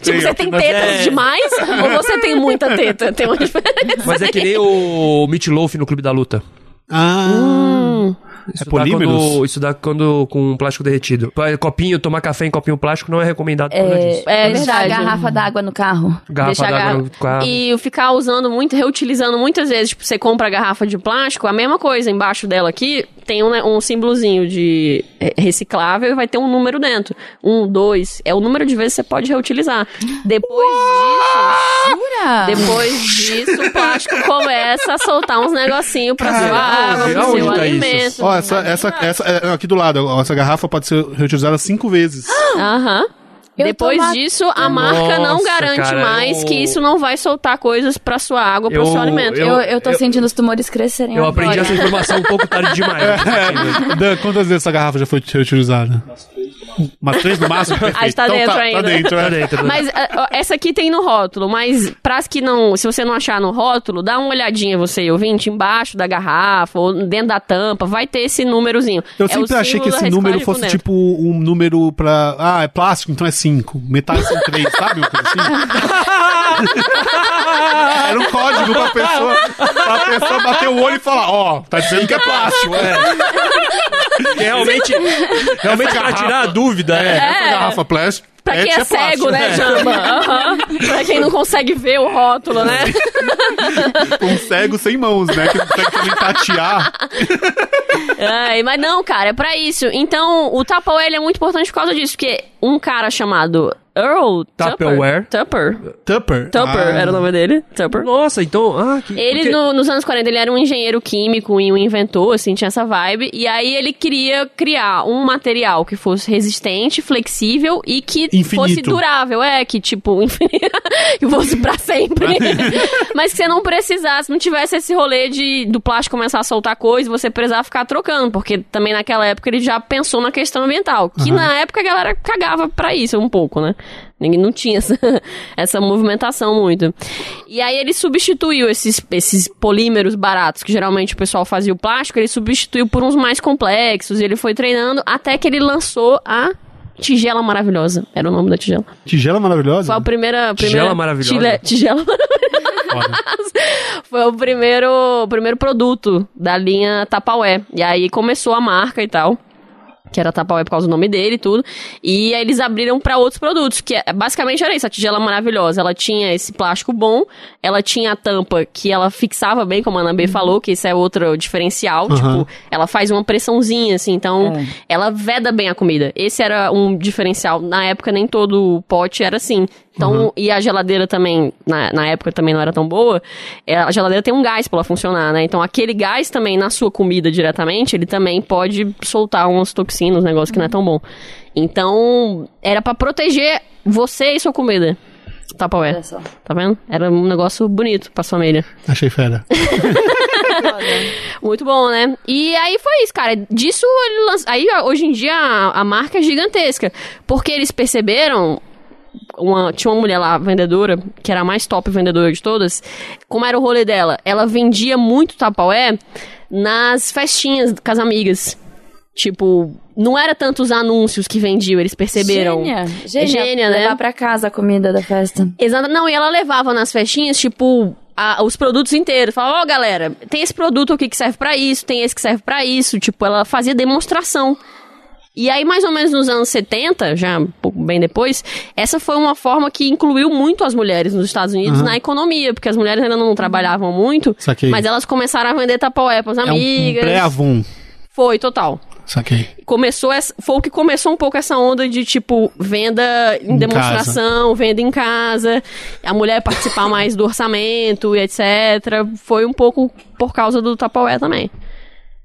Tipo, você tem mas tetas é- demais ou você tem muita teta? Tem uma diferença. Hum. Mas é que nem o Meat Loaf no Clube da Luta. ah. Isso dá polímeros? quando- isso dá quando com um plástico derretido. Pa- Copinho, tomar café em copinho plástico não é recomendado por causa disso. É deixar a verdade. garrafa d'água no carro. Garrafa deixar a d'água garra- no carro. E ficar usando muito, reutilizando muitas vezes. Tipo, você compra a garrafa de plástico, a mesma coisa, embaixo dela aqui tem um, né, um símbolozinho de é, reciclável e vai ter um número dentro. Um, dois. É o número de vezes que você pode reutilizar. Depois disso. Jura? Depois disso, o plástico começa a soltar uns negocinhos pra ser ah, aonde- vamos ser o aonde tá isso? alimento. Ó, essa, essa, essa, é, aqui do lado, ó, essa garrafa pode ser reutilizada cinco vezes. Aham. Eu Depois tô ma- disso, a marca não Nossa, garante cara, mais eu- que isso não vai soltar coisas pra sua água, pro Eu- seu alimento. Eu, Eu- eu, tô eu- sentindo os tumores crescerem Eu agora. aprendi essa informação um pouco tarde demais. É. Dan, quantas vezes essa garrafa já foi reutilizada? Umas três no máximo? Perfeito. Ah, está Então dentro tá, ainda. Tá dentro, Tá é. dentro, né? Mas eh, ó, essa aqui tem no rótulo, mas pras que não. Se você não achar no rótulo, dá uma olhadinha, você ouvinte, embaixo da garrafa ou dentro da tampa, vai ter esse númerozinho. Eu É o sempre achei que símbolo da esse número reciclagem fosse por dentro. tipo um número pra. Ah, é plástico, então é cinco. Metais são três, sabe? Uma coisa assim. Era um código pra pessoa, pra pessoa bater o olho e falar: Ó, tá dizendo que é plástico. É. Porque realmente, realmente pra tirar a dúvida, é. Essa garrafa plástico. tipo, Pra quem é, cego, né, chama? Aham. Pra quem não consegue ver o rótulo, né? Um cego sem mãos, né? Que não consegue também tatear. Ai, mas não, cara, é pra isso. Então, o Tupperware ele é muito importante por causa disso, porque um cara chamado Earl Tupperware. Tupper. Tupper. Tupper Ah. era o nome dele. Tupper. Nossa, então. Ah, que, Ele, porque- no- nos anos 40, ele era um engenheiro químico e um inventor, assim, tinha essa vibe. E aí ele queria criar um material que fosse resistente, flexível e que Infinito. fosse durável. É, que tipo, infinito, que fosse pra sempre. Mas que você não precisasse, não tivesse esse rolê de do plástico começar a soltar coisa e você precisar ficar trocando. Porque também naquela época ele já pensou na questão ambiental. Que na época a galera cagava pra isso um pouco, né? Ninguém não tinha essa, essa movimentação muito. E aí ele substituiu esses, esses polímeros baratos que geralmente o pessoal fazia o plástico, ele substituiu por uns mais complexos. E ele foi treinando até que ele lançou a tigela maravilhosa. Era o nome da tigela. Tigela maravilhosa? né? Foi a primeira. a primeira Tigela maravilhosa. tile- tigela Foda. foi o primeiro, o primeiro produto da linha Tapaué. E aí começou a marca e tal. Que era Tapaué por causa do nome dele e tudo. E aí eles abriram pra outros produtos, que é- basicamente era isso, a tigela maravilhosa. Ela tinha esse plástico bom, ela tinha a tampa que ela fixava bem, como a Ana B falou, que isso é outro diferencial. Tipo, ela faz uma pressãozinha, assim, então ela veda bem a comida. Esse era um diferencial. Na época, nem todo pote era assim. Então, e a geladeira também, na, na época também não era tão boa. É, A geladeira tem um gás pra ela funcionar, né? Então, aquele gás também na sua comida diretamente, ele também pode soltar umas toxinas, um negócio que não é tão bom. Então, era pra proteger você e sua comida. Tupperware. Olha só. Tá vendo? Era um negócio bonito pra sua família. Achei fera. Muito bom, né? E aí foi isso, cara. Disso ele lanç... aí ó, hoje em dia a, a marca é gigantesca, porque eles perceberam uma, tinha uma mulher lá, vendedora, que era a mais top vendedora de todas. Como era o rolê dela? Ela vendia muito tapaué nas festinhas com as amigas. Tipo, não era tanto os anúncios que vendiam, eles perceberam. Gênia. Gênia, Gênia, né? levar pra casa a comida da festa. Exato. Não, e ela levava nas festinhas, tipo, a- os produtos inteiros. Falava, ó, galera, tem esse produto aqui que serve pra isso, tem esse que serve pra isso. Tipo, ela fazia demonstração. E aí, mais ou menos nos anos 70, já um pouco bem depois, essa foi uma forma que incluiu muito as mulheres nos Estados Unidos na economia, porque as mulheres ainda não trabalhavam muito, Saquei. mas elas começaram a vender tapoé pras É um, um amigas. pré-avon. foi, total Saquei. começou essa, foi o que começou um pouco essa onda de tipo venda em, Em demonstração, venda em casa, a mulher participar mais do orçamento e etc. Foi um pouco por causa do Tupperware também.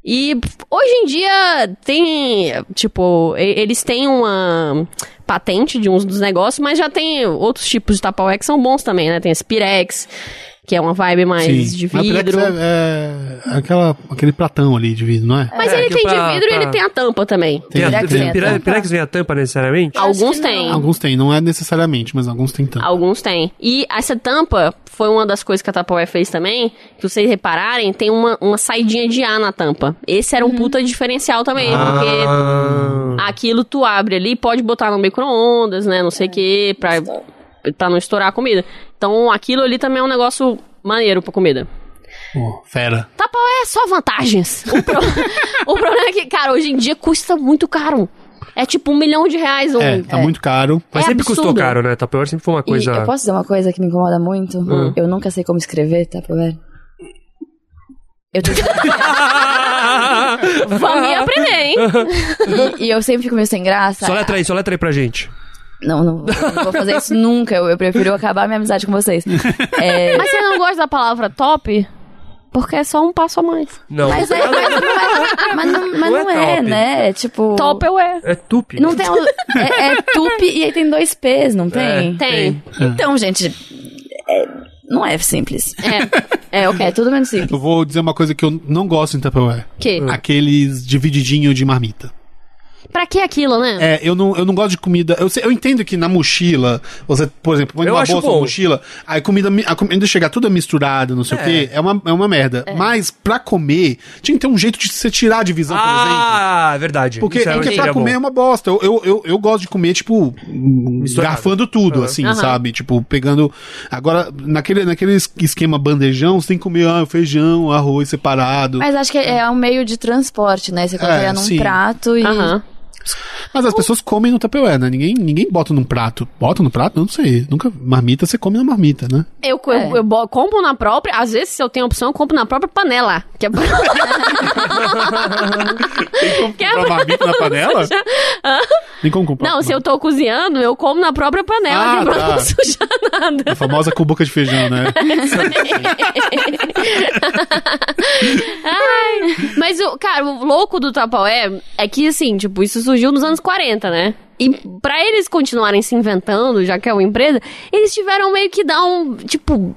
E hoje em dia tem, tipo, e- eles têm uma patente de uns dos negócios, mas já tem outros tipos de Tupperware que são bons também, né? Tem esse Pirex, que é uma vibe mais de Mas Pirex vidro. É, é aquela, aquele pratão ali de vidro, não é? Mas É, ele que tem pra- de vidro e ele pra- tem a tampa também. Tem a- Pirex tem- vem a pira- tampa? Pirex vem a tampa necessariamente? Acho Alguns que têm. não. Alguns têm, não é necessariamente, mas alguns têm tanto. Alguns têm. E essa tampa foi uma das coisas que a Tupperware fez também. Que vocês repararem, tem uma, uma saidinha de ar na tampa. Esse era um puta diferencial também, porque Ah, aquilo tu abre ali, pode botar no micro-ondas, né? Não sei o que, pra, pra não estourar a comida. Então aquilo ali também é um negócio maneiro pra comida. Pô, fera. Tá pau é só vantagens. O, pro- o problema é que, cara, hoje em dia custa muito caro. É tipo um milhão de reais um. É, tá muito caro. Mas É sempre custou absurdo. caro, né? Tupperware sempre foi uma E coisa. eu posso dizer uma coisa que me incomoda muito? Hum. Eu nunca sei como escrever, tá, Prover? Eu tenho Vamos ir aprender, hein? e, e eu sempre fico meio sem graça. Só é- letra aí, só letra aí pra gente. Não, não, vou- não vou fazer isso nunca. Eu, eu prefiro acabar minha amizade com vocês. É, Mas você não gosta da palavra top? Porque é só um passo a mais. Não. mas é, mas, mas- mas não, mas Não é não é, top. né? É tipo. Top eu é. É tupi. É, Não tem. o- É, é tupi e aí tem dois P's, não tem? Tem. Então, gente. é- não é simples. É, é ok. É tudo menos simples. Eu vou dizer uma coisa que eu não gosto em Tupperware. Que? Aqueles divididinho de marmita. Pra que aquilo, né? É, eu não, eu não gosto de comida. Eu, sei- eu entendo que na mochila, você, por exemplo, põe Eu uma acho bolsa na bom. mochila, aí comida, mi- a comida chega toda misturada, não sei o quê, é uma, é uma merda. Mas pra comer, tinha que ter um jeito de você tirar a divisão, por exemplo. Ah, verdade. Porque, Isso é- porque isso pra é bom. comer é uma bosta. Eu, eu, eu, eu gosto de comer, tipo, Misturado. garfando tudo, Aham. assim, Aham. sabe? Tipo, pegando. Agora, naquele, naquele es- esquema bandejão, você tem que comer ah, feijão, arroz separado. Mas, Mas acho que é um meio de transporte, né? Você coloca É, num sim. prato e. Aham. as pessoas comem no tapeué, né? Ninguém, ninguém bota num prato. Bota no prato? Eu não sei. Nunca. Marmita, você come na marmita, né? Eu, eu, eu, bo- compro na própria, às vezes, se eu tenho opção, eu compro na própria panela. Que é Tem como comprar marmita na panela? Tem como comprar. Não, se eu tô cozinhando, eu como na própria panela, Ah, que é pra tá. não sujar nada. A famosa cubuca de feijão, né? Ai, mas, o, cara, o louco do Tapaué é que, assim, tipo, isso surgiu nos anos 40, né? E pra eles continuarem se inventando, já que é uma empresa, eles tiveram meio que dar um, tipo...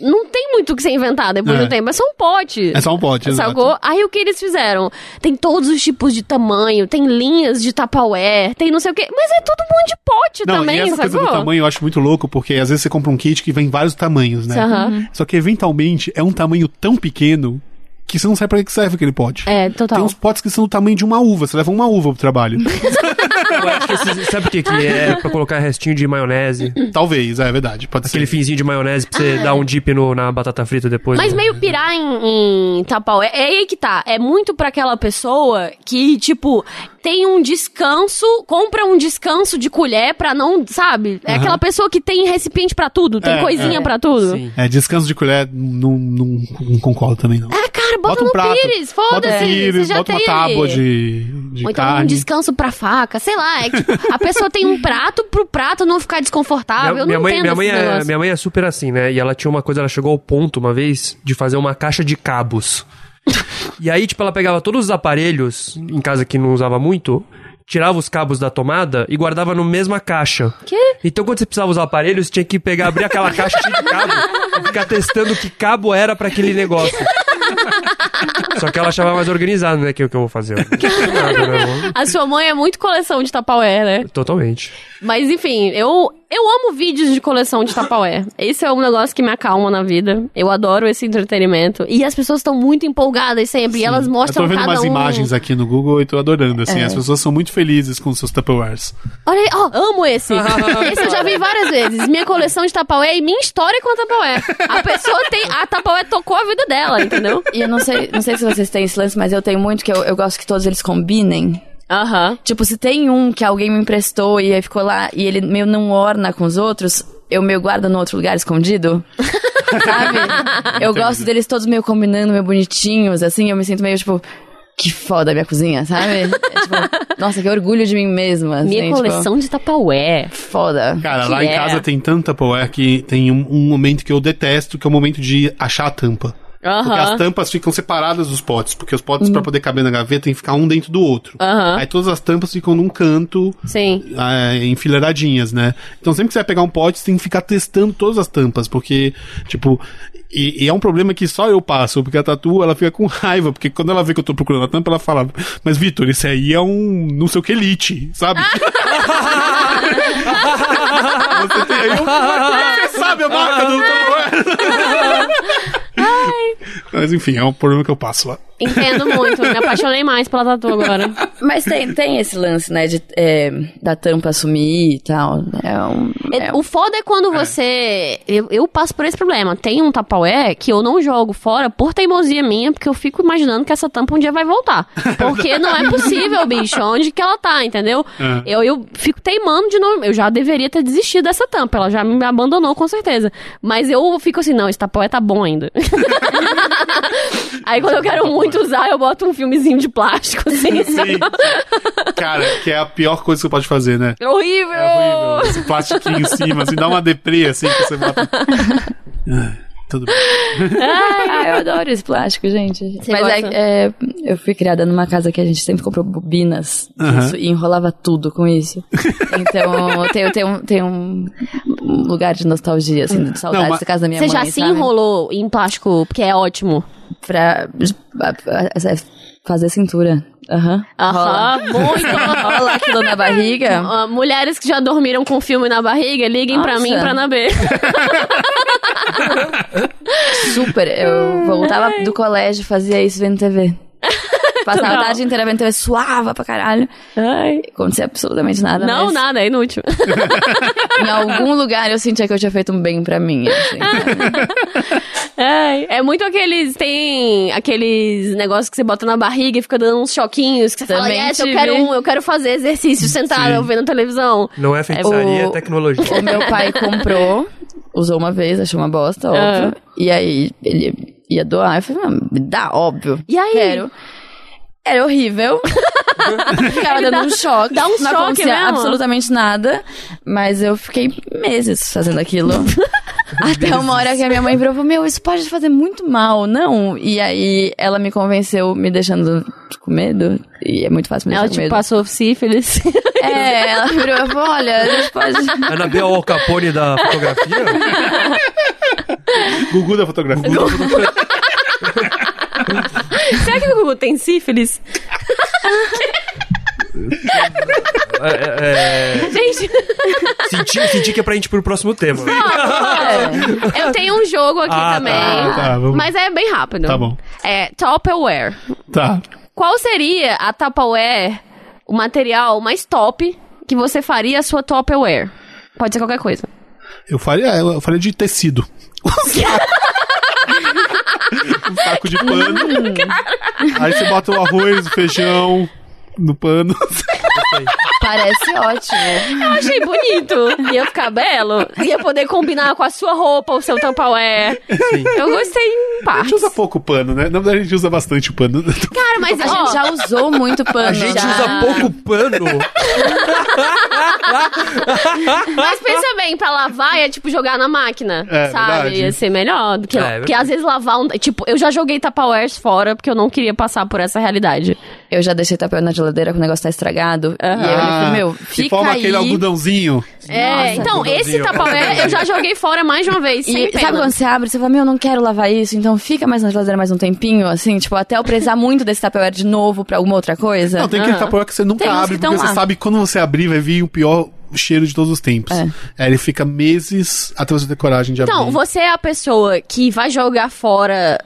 Não tem muito o que ser inventado depois É. do tempo, é só um pote. É só um pote, exato. Sacou? Aí o que eles fizeram? Tem todos os tipos de tamanho, tem linhas de tapaué, tem não sei o quê. Mas é todo mundo de pote Não, também, e essa sacou? coisa do tamanho eu acho muito louco, porque às vezes você compra um kit que vem vários tamanhos, né? Aham. Só que eventualmente é um tamanho tão pequeno que você não sabe pra que serve aquele pote. É, Tem total. uns potes que são do tamanho de uma uva, você leva uma uva pro trabalho. Eu acho que esse- sabe o que, que é? Pra colocar restinho de maionese. Talvez, é verdade, pode Aquele ser. finzinho de maionese pra Ah, é. você dar um dip no, na batata frita depois. Mas é. né? meio pirar em, em tapaué. É aí que tá. É muito pra aquela pessoa que, tipo, tem um descanso, compra um descanso de colher pra não, sabe? É aquela pessoa que tem recipiente pra tudo, tem É, coisinha é. pra tudo. Sim. É, descanso de colher, não, não, não concordo também, não. Ah, cara, bota, Bota um no prato, pires, Bota um foda-se. pires, você já bota uma tem. tábua de, de Ou então um carne. descanso pra faca, sei lá. É que, tipo, a pessoa tem um prato pro prato não ficar desconfortável. Ah, Minha, eu minha não mãe, entendo minha, mãe esse é, negócio. minha mãe é super assim, né? E ela tinha uma coisa, ela chegou ao ponto uma vez de fazer uma caixa de cabos. e aí, tipo, ela pegava todos os aparelhos em casa que não usava muito, tirava os cabos da tomada e guardava no mesma caixa. Quê? Então, quando você precisava usar aparelhos, tinha que pegar, abrir aquela caixa cheia de cabo e ficar testando que cabo era pra aquele negócio. Só que ela achava mais organizado, né? Que é o que eu vou fazer. Nada, né? A sua mãe é muito coleção de tapaué, né? Totalmente. Mas enfim, eu, eu amo vídeos de coleção de tapaué. Esse é um negócio que me acalma na vida. Eu adoro esse entretenimento. E as pessoas estão muito empolgadas sempre. E elas Eu mostram tô vendo cada umas um. É. imagens aqui no Google e tô adorando, assim. As pessoas são muito felizes com seus Tupperwares. Olha aí, ó, amo esse. esse eu já vi várias vezes. Minha coleção de tapaué e minha história com a tapaué. A pessoa tem. A tapaué tocou a vida dela, entendeu? E eu não sei, não sei se vocês têm esse lance, mas eu tenho muito que eu, eu gosto que todos eles combinem. Aham. Tipo, se tem um que alguém me emprestou e aí ficou lá e ele meio não orna com os outros, eu meio guardo no outro lugar escondido. Sabe? Eu gosto deles todos meio combinando, meio bonitinhos, assim, eu me sinto meio tipo. Que foda a minha cozinha, sabe? É tipo, nossa, que orgulho de mim mesma. assim, Minha tipo, coleção de tapaué. foda. Cara, Que lá em é. casa tem tanto Tupperware que tem um, um momento que eu detesto, que é o momento de achar a tampa. Porque as Aham. Hum. tampas ficam separadas dos potes, porque os potes, pra poder caber na gaveta, tem que ficar um dentro do outro. Aham. Aí todas as tampas ficam num canto, Sim. ah, enfileiradinhas, né? Então sempre que você vai pegar um pote, você tem que ficar testando todas as tampas, porque, tipo, e, e é um problema que só eu passo, porque a Tatu, ela fica com raiva, porque quando ela vê que eu tô procurando a tampa, ela fala, mas Vitor, esse aí é um não sei o que elite, sabe? você, tem, aí eu, "Mas como é que você sabe a marca do Tupperware?" Mas enfim, é um problema que eu passo lá. Entendo muito. Me apaixonei mais pela tatu agora. Mas tem, tem esse lance, né, de, é, da tampa sumir e tal. É um, É, é um- O foda é quando você. Eu, eu passo por esse problema. Tem um tapaué que eu não jogo fora por teimosia minha, porque eu fico imaginando que essa tampa um dia vai voltar. Porque não é possível, bicho, onde que ela tá, entendeu? É. Eu, eu fico teimando de não. Eu já deveria ter desistido dessa tampa. Ela já me abandonou, com certeza. Mas eu fico assim, não, esse tapaué tá bom ainda. Aí quando eu quero muito usar, eu boto um filmezinho de plástico, assim. Sim. Cara, que é a pior coisa que você pode fazer, né? É horrível! É horrível. Esse plastiquinho em cima, assim, dá uma deprê, assim, que você mata. Ah, Tudo bem. Ah, eu adoro esse plástico, gente. Você Mas é- gosta? é, eu fui criada numa casa que a gente sempre comprou bobinas Aham. disso, e enrolava tudo com isso. Então, tem, tem, um, tem um um lugar de nostalgia, assim, de saudade Não, mas- da casa da minha Você já mãe. se sabe? enrolou em plástico, porque é ótimo. Pra pra- pra- é, fazer cintura. Aham. Aham, muito. Rola aquilo na barriga. Ah, mulheres que já dormiram com filme na barriga, liguem pra Nossa. mim e pra Nabê. Super. Eu voltava do colégio, fazia isso vendo TV. Passava a Não. tarde inteira vendo TV, suava pra caralho. Acontecia absolutamente nada. Não, mas nada, é inútil. Em algum lugar eu sentia que eu tinha feito um bem pra mim. assim, Ah. sabe? Ai, É muito aqueles. Tem aqueles negócios que você bota na barriga e fica dando uns choquinhos. Que você Também fala, yes, eu tive. quero um, eu quero fazer exercício sentado vendo televisão. Não é feitiçaria, O- é tecnologia. o meu pai comprou, usou uma vez, achou uma Ah. bosta, óbvio. E aí ele ia doar. Eu falei, não, me dá, óbvio. E aí? Quero. Era horrível. Ficava Ele dando dá- um choque. dá um não choque acontecia mesmo? absolutamente nada. Mas eu fiquei meses fazendo aquilo. Até uma hora que a minha mãe virou e falou, meu, isso pode fazer muito mal, não? E aí ela me convenceu me deixando com medo. E é muito fácil me deixar Ela com tipo medo. passou sífilis. É, ela virou e falou, olha, a gente pode... Anabel Al Capone da fotografia? Gugu da fotografia. Será que o Gugu tem sífilis? É, é, é, Gente, senti, senti que é pra gente ir pro próximo tema. eu tenho um jogo aqui Ah, tá, também. tá, vamos- Mas é bem rápido. Tá bom. É Tupperware. Tá. Qual seria a Tupperware, o material mais top que você faria a sua Tupperware? Pode ser qualquer coisa. Eu faria, eu faria de tecido. Um saco. um saco de pano. Aí você bota o arroz, o feijão no pano. Parece ótimo. Eu achei bonito. Ia ficar belo. Ia poder combinar com a sua roupa, o seu Tupperware. Eu gostei em A gente partes. usa pouco pano, né? Na verdade, a gente usa bastante o pano. Cara, mas A gente já usou muito pano. A gente já. usa pouco pano. Mas pensa bem, pra lavar é tipo jogar na máquina, É, sabe? verdade. Ia ser melhor do que. É, lá. é porque às vezes lavar um. Tipo, eu já joguei Tupperwares fora porque eu não queria passar por essa realidade. Eu já deixei tapioca na geladeira que o negócio tá estragado. E aí eu Ah, falei, meu, que fica forma aí. aquele algodãozinho. é, Nossa, então, esse algodãozinho. Tupperware eu já joguei fora mais de uma vez. sem E pena. sabe quando você abre, você fala, meu, eu não quero lavar isso, então fica mais na geladeira mais um tempinho, assim, tipo, até eu precisar muito desse tapioca de novo pra alguma outra coisa. Não, tem aquele tapaué que você nunca Tem uns abre, que porque tão você lá. sabe que quando você abrir vai vir o pior cheiro de todos os tempos. É. Aí ele fica meses até você ter coragem de Então, abrir. você é a pessoa que vai jogar fora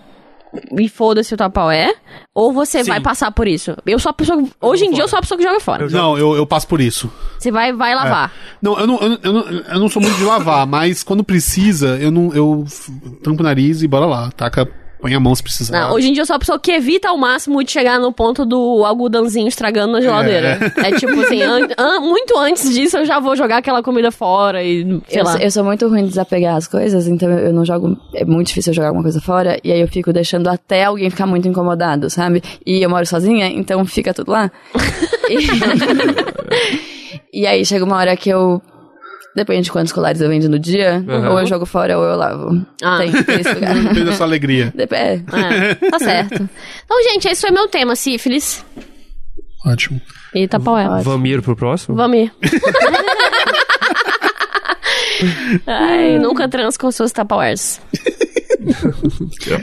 e foda-se o Tupperware? Ou você Sim. vai passar por isso? Eu sou a pessoa. Hoje em dia eu É. sou a pessoa que joga fora. Eu já- Não, eu, eu passo por isso. Você vai, vai lavar. Não, eu não, eu, não- eu não, eu não sou muito de lavar, mas quando precisa, eu não eu f- tampo o nariz e bora lá. Taca, põe a mão se precisar. Não, hoje em dia eu sou a pessoa que evita ao máximo de chegar no ponto do algodãozinho estragando na geladeira. É, tipo assim, an- an- muito antes disso eu já vou jogar aquela comida fora e sei Eu, lá. sou- eu sou muito ruim de desapegar as coisas, então eu não jogo. É muito difícil eu jogar alguma coisa fora, e aí eu fico deixando até alguém ficar muito incomodado, sabe? E eu moro sozinha, então fica tudo lá. E, e aí chega uma hora que eu. Depende de quantos colares eu vendo no dia, Aham. ou eu jogo fora ou eu lavo. Ah. Tem, tem esse lugar. Depende da sua alegria. Dep- é. É, tá certo. Então, gente, esse foi meu tema, sífilis é. Ótimo. e Tupperware. Vamir pro próximo? Vamos ir. Ai, nunca trans com suas Tupperwares.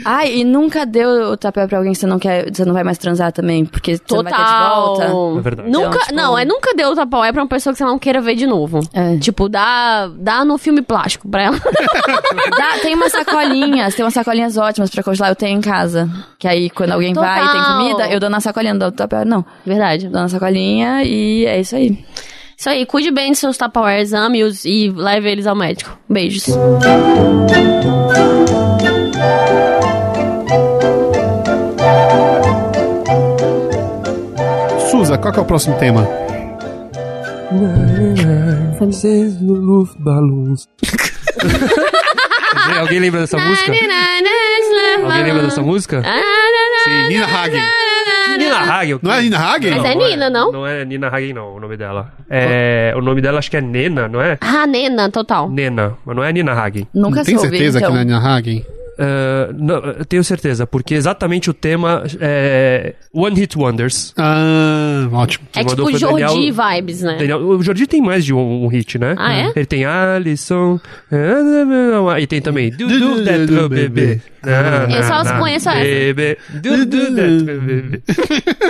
Ai, e nunca deu o tapete pra alguém que você não quer, você não vai mais transar também, porque você não vai ter de volta. Total. É verdade. Nunca, Então, tipo- Não, é nunca deu o tapaué pra uma pessoa que você não queira ver de novo. É. Tipo, dá, dá no filme plástico pra ela. Dá- tem umas sacolinhas, tem umas sacolinhas ótimas pra congelar, eu tenho em casa. Que aí, quando alguém Total. vai e tem comida, eu dou na sacolinha, não dou no tapete, não. Verdade. Dou na sacolinha e é isso aí. Isso aí, cuide bem dos seus tapaués, ame os e leve eles ao médico. Beijos. Suza, qual que é o próximo tema? Vocês no Luftballons. Alguém lembra dessa música? Alguém lembra dessa música? Ah, né, Sim, Nina Hagen. Nina Hagen. Não é Nina Hagen? Mas é Nina, não? Não é Nina Hagen, não, o nome dela. É, o nome dela acho que é Nena, não é? Ah, Nena, total. Nena, mas não é Nina Hagen. Nunca Não tem soube, certeza então. que não é Nina Hagen? Ah, não, eu tenho certeza, porque exatamente o tema é One Hit Wonders. Ah, ótimo. É mandou tipo foi Daniel- Jordi vibes, né? Daniel- é o Jordi tem mais de um, um hit, né? Ah, é? Ele tem Alisson. é, ah, E tem também. Do do that little baby. Eu só Ah, Na, na, conheço essa. baby. Do do that baby.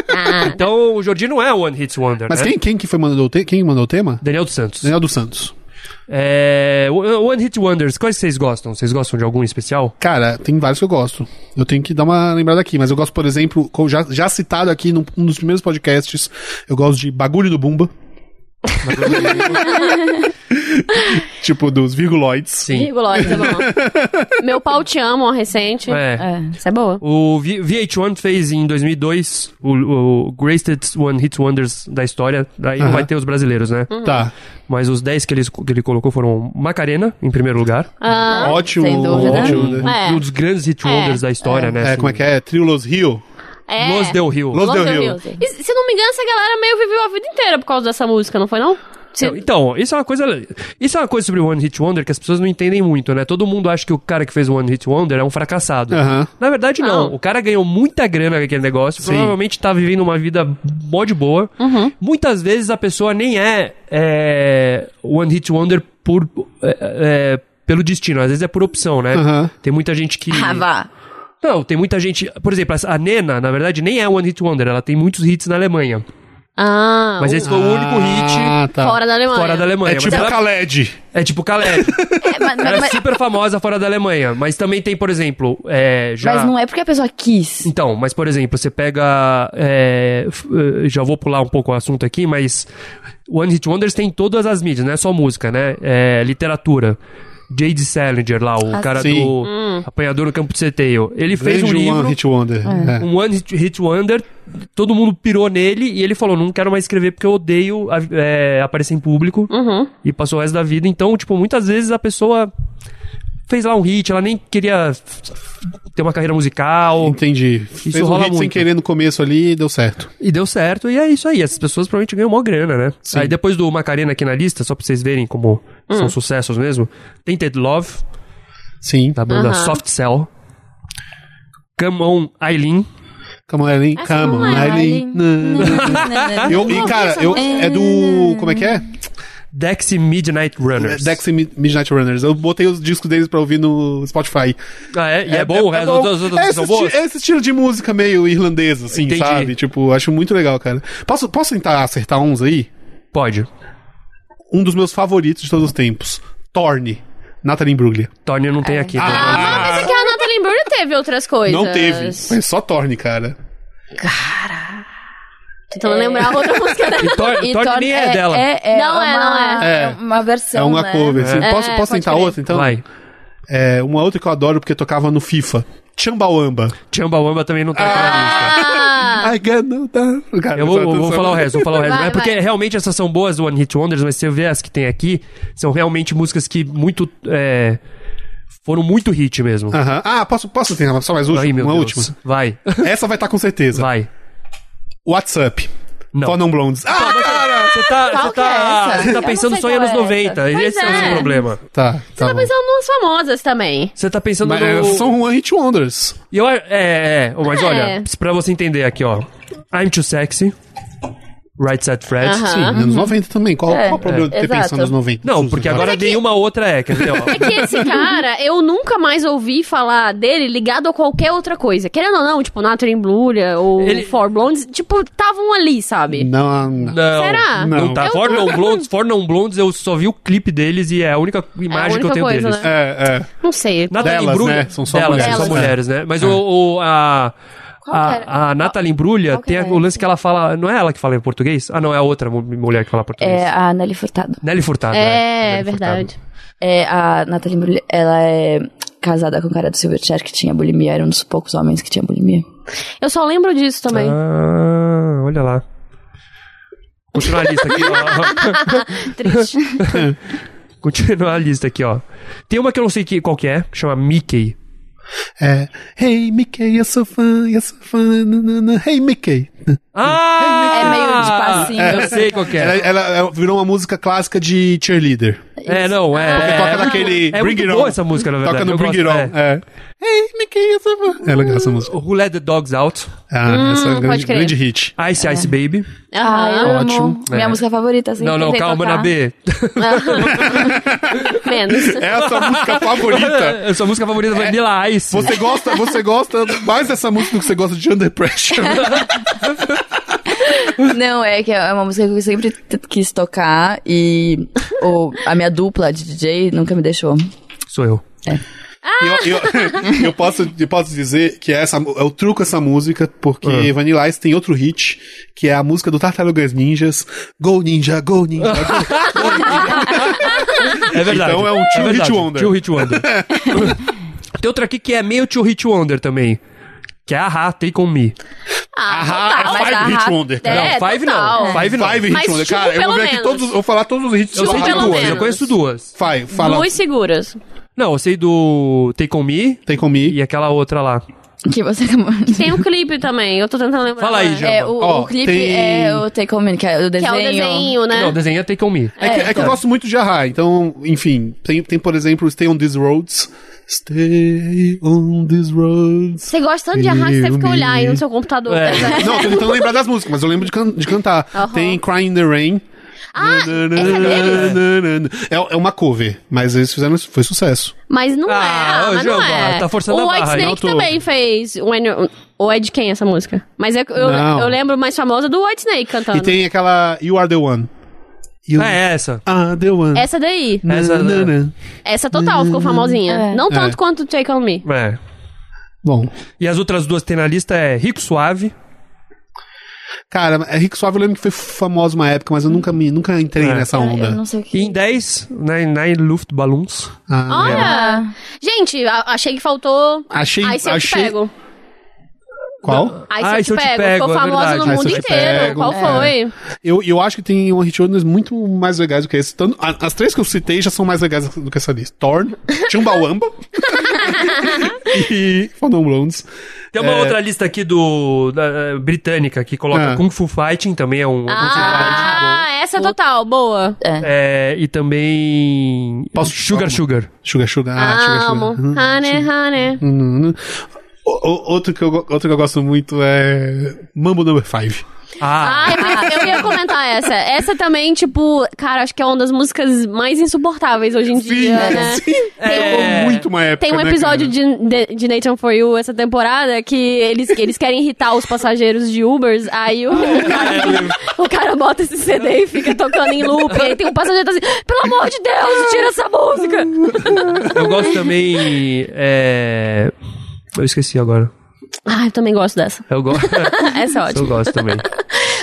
Ah, Então o Jordi não é One Hit Wonder, Mas né? quem, quem que foi mandou o te- quem mandou o tema? Daniel dos Santos. Daniel dos Santos. É, One Hit Wonders, quais vocês gostam? Vocês gostam de algum especial? Cara, tem vários que eu gosto. Eu tenho que dar uma lembrada aqui, mas eu gosto, por exemplo, como já, já citado aqui num um dos primeiros podcasts, eu gosto de Bagulho do Bumba. tipo, dos virguloids. Sim. Virguloide, tá bom. Meu pau te ama, ó, recente. É. É. Isso é boa. O V- VH1 fez em 2002 o, o Greatest One Hit Wonders da história. Daí não Aham. vai ter os brasileiros, né? Hum. Tá. Mas os 10 que ele, que ele colocou foram Macarena, em primeiro lugar. Ah, ótimo. sem dúvida. ótimo, né? É. Um dos grandes hit wonders É. da história, né? É, como é que é? Trio Los Rio. é. Los Del Rio. Los- Del Rio. E, se não me engano, essa galera meio viveu a vida inteira por causa dessa música, não foi não? Se- Então, isso é uma coisa. Isso é uma coisa sobre o One Hit Wonder que as pessoas não entendem muito, né? Todo mundo acha que o cara que fez o One Hit Wonder é um fracassado. Aham. Na verdade, não. Não. O cara ganhou muita grana com aquele negócio. Sim. Provavelmente tá vivendo uma vida mó de boa. Uhum. Muitas vezes a pessoa nem é, é, One Hit Wonder por, é, é, pelo destino. Às vezes é por opção, né? Aham. Tem muita gente que. Ah, vá. Não, tem muita gente. Por exemplo, a- a Nena, na verdade, nem é One Hit Wonder. Ela tem muitos hits na Alemanha. Ah, Mas esse foi o único hit Ah, tá. fora da Alemanha. fora da Alemanha. É Mas tipo ela- Khaled. é tipo Calé. É, mas, Ela mas, é mas- super famosa fora da Alemanha. Mas também tem, por exemplo, é, já. mas não é porque a pessoa quis. Então, mas por exemplo, você pega. é, f- eh, já vou pular um pouco o assunto aqui, mas. One Hit Wonders tem todas as mídias, não é só música, né? É literatura. J.D. Salinger lá, o Ah, cara sim. do apanhador no campo de seteio. Ele fez Fez um livro, One Hit Wonder. É. um One Hit, Hit Wonder, todo mundo pirou nele e ele falou, não quero mais escrever porque eu odeio a- é, aparecer em público Uhum. e passou o resto da vida. Então, tipo, muitas vezes a pessoa fez lá um hit, ela nem queria f- f- ter uma carreira musical. Entendi. fez um rola hit sem muito. querer no começo ali e deu certo. E deu certo, e é isso aí. Essas pessoas provavelmente ganham mó grana, né? Sim. Aí depois do Macarena aqui na lista, só pra vocês verem como são sucessos mesmo, tem Ted Love, Sim. da banda Aham. Soft Cell. Come on, Eileen. Come on, Eileen. Essa Come não on, é Eileen. Eu, e, cara, eu, é do. Como é que é? Dexy Midnight Runners. Dex e Mi- Midnight Runners. Eu botei os discos deles pra ouvir no Spotify. Ah, é? E é, bom? As outras- as outras É esse, são esti- boas? é esse estilo de música meio irlandesa, assim, Entendi. sabe? Tipo, acho muito legal, cara. Posso, posso tentar acertar uns aí? Pode. Um dos meus favoritos de todos os tempos. Torne. Natalie Imbruglia. Tony não É. tem aqui. tá Ah, mas eu pensei que a Natalie Imbruglia teve outras coisas. Não teve. Foi só Torne, cara. Tentando lembrar outra música dela. E Tor- Tony E torna- nem é, dela. É, é Não é, uma- não é. É. uma versão. é uma né? cover. assim. É. Posso, É, posso pode tentar crer. outra, então? Vai. É, uma outra que eu adoro porque tocava no FIFA. Chambawamba. Chambawamba também não tá na lista. Ah, I got no time. Cara, Eu vou, essa- eu vou essa- falar o resto, vou falar o resto. Vai, é porque vai. realmente essas são boas One Hit Wonders, mas você vê as que tem aqui, são realmente músicas que muito. é, foram muito hit mesmo. Aham. Ah, posso, posso tentar só mais última? Aí, meu uma Deus. última. Vai, Essa vai estar com certeza. vai. WhatsApp. Não. Fonon Blondes. Ah, cara! Você tá, Qual você que é tá, essa? você tá Eu pensando não sei só em qual anos é 90. Pois Esse é. o é. seu problema. Tá, tá bom. pensando nas famosas também. Você tá pensando Mas no. eh, são One Hit Wonders. E Eu, é, é, é. Mas É. olha, pra você entender aqui, ó. I'm too sexy. Right Set Fred. Aham. Sim, anos 90 também. Qual, É, qual o problema de ter exato. pensado nos 90? Não, porque agora nenhuma outra é, quer dizer, ó. É que esse cara, eu nunca mais ouvi falar dele ligado a qualquer outra coisa. Querendo ou não, tipo, Nathan Blulia ou Ele- Hum. Four Blondes, tipo, estavam ali, sabe? Não, ah, não. Não. Será? Não, Não. tá. Eu- For Non Blondes, For Non Blondes, eu só vi o clipe deles e é a única imagem que eu única tenho coisa, deles. né? É, é. Não sei. Nathalie Delas, Imbruglia- né? São só delas, mulheres. É. são só Delas. mulheres, né? Mas o, o- a. que é? A, era? a Nathalie Imbruglia qual que tem era o lance que ela fala. Não é ela que fala em português? Ah, não, é a outra mu- mulher que fala português. É a Nelly Furtado. Nelly Furtado. É, Nelly é verdade. É, a Nathalie Brulli, ela é casada com o cara do Silverchair que tinha bulimia. Era um dos poucos homens que tinha bulimia. Eu só lembro disso também. Ah, olha lá. Continuar a lista aqui, ó. Triste. Continuar a lista aqui, ó. Tem uma que eu não sei que, qual que é, que chama Mickey. É. Hey, Mickey, eu sou fã, eu sou fã. nanana. Hey, Mickey. Ah! É meio de passinho. Eu sei qual que Ela, é. ela- ela virou uma música clássica de cheerleader. É, não, é. Porque é, toca é, naquele É Bring muito It boa On. essa música, na verdade. Toca Eu no Bring It gosto, On. é. É. Hey, Mickey, eu sou fã. É legal essa música. Who Let the Dogs Out? Ah, essa é um pode grande, crer. grande hit. Ice Ice Baby. Ah, Aham. eu amo. Ótimo. Minha É. música favorita, assim. não, não, tentei calma, tocar. na B. Ah. Menos. Essa música favorita. A sua música favorita foi Mila Ice. É. Você gosta, você gosta mais dessa música do que você gosta de Under Pressure. Não, é que é uma música que eu sempre t- quis tocar e o, a minha dupla de DJ nunca me deixou. Sou eu. E Eu, eu- eu posso, eu posso dizer que essa, é o truco essa música, porque Vanilla Ice tem outro hit, que é a música do Tartarugas Ninjas, Go Ninja, Go Ninja. Go. É verdade. Então é um Two verdade. Hit Wonder. Two Hit Wonder. Tem outra aqui que é meio Two Hit Wonder também. Que é a Ha, Take On Me. Ah, Ah, é total. mas a Five Hit Ra- Wonder, cara. É, não, Five total. não. Five não. Five Hit Mas Wonder. tipo, Cara, eu vou pelo ver aqui menos. todos, os- eu vou falar todos os hits. Eu Tipo, sei de pelo duas, eu menos. conheço duas. Five, fala. Duas seguras. Não, eu sei do Take On Me Tem comigo. e aquela outra lá. Que você acabou. Tem um clipe também, eu tô tentando lembrar. Fala aí, agora. já. É, o, Ó, o clipe tem- é o Take On Me, que é o Que é desenho. o desenho, né? Não, desenha Take On Me. É, que, é que eu gosto muito de Ahá, então, enfim, tem, tem, por exemplo, Stay on These Roads. Stay on These Roads. Você gosta tanto de arranque que você fica Eu olhando aí no me- seu computador. É. Não, tô tentando lembrar das músicas, mas eu lembro de, can- de cantar. Aham. Tem Crying in the Rain. Ah, essa é deles? é, é uma cover, mas eles fizeram isso, foi sucesso. Mas não Ah, é. ô, mas não Giovana, é. tá forçando o a barra, White eu Snake tô- também fez. When You- Ou é de quem essa música? Mas é que eu, Não. eu lembro mais famosa do White Snake cantando. E tem aquela You Are the One. You Ah, é essa. Are the One. Essa daí. Essa- é Essa total ficou famosinha. É. Não tanto Hum. É. quanto Take On Me. É. Bom, E as outras duas que tem na lista é Rico Suave. cara, é Rick Suave eu lembro que foi famoso uma época, mas eu nunca, me, nunca entrei É. nessa Cara, Eu onda. não sei o que. E em 10, Nine, Nine Luftballons. Ah, Olha! Ah. Gente, a- achei que faltou. Achei, Aí se eu te achei. pego. Qual? Aí Ai, se eu te pego. Ficou é famosa verdade. no Ai, se mundo eu te inteiro. pego. Qual É. foi? Eu, eu acho que tem um hit wonders muito mais legais do que esse. Tanto, a- as três que eu citei já são mais legais do que essa lista. Torn, Chumbawamba e Fandom Blondes. Tem uma É. outra lista aqui do da, eh, britânica que coloca Ah. Kung Fu Fighting, também é um. é considerado Ah, essa é total. Boa. um- é, e também. Posso- Sugar Sugar. Sugar Sugar, Sugar Sugar. Ah, Amo. Honey, honey. Hum, hum. O- o- Outro que, eu, go- outro que eu gosto muito é Mambo Number 5. Ah, Ah, eu ia, eu ia comentar essa. Essa também, tipo, cara, acho que é uma das músicas mais insuportáveis hoje em dia, né? sim. É. Pegou muito uma época, Tem um né, episódio cara? de, de, de Nathan For You essa temporada que eles, que eles querem irritar os passageiros de Ubers, aí o, o É, cara, o cara bota esse CD e fica tocando em loop, e aí tem um passageiro que tá assim, pelo amor de Deus, tira essa música! eu gosto também. É... Eu esqueci agora. Ah, eu também gosto dessa. Eu gosto. Essa é ótima. eu gosto também.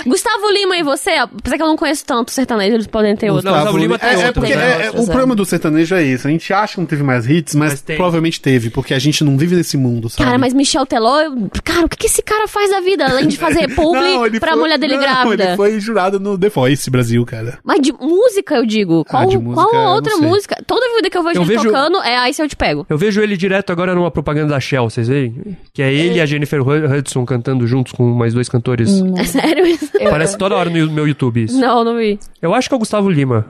Gustavo Lima e você, apesar que eu não conheço tanto sertanejo, eles podem ter outro. Não, mas a Lima tem é, é outros, porque né? é- é- Outros, o é. problema do sertanejo é isso. A gente acha que não teve mais hits, mas, Mas tem. provavelmente teve, porque a gente não vive nesse mundo, sabe? Cara, mas Michel Teló, eu- cara, o que, que esse cara faz da vida, além de fazer Não, publi ele pra foi- mulher dele não, grávida? Ele foi jurado no The Voice Brasil, cara. Mas de música, eu digo. Qual, um, Ah, de música, eu qual outra não sei. música? Toda vida que eu vejo Eu ele vejo- tocando é Aí Se Eu Te Pego. Eu vejo ele direto agora numa propaganda da Shell, vocês veem? Que é ele e a Jennifer Hud- Hudson cantando juntos com mais dois cantores. É sério isso? Parece toda hora no meu YouTube isso. Não, não vi. Eu acho que é o Gustavo Lima.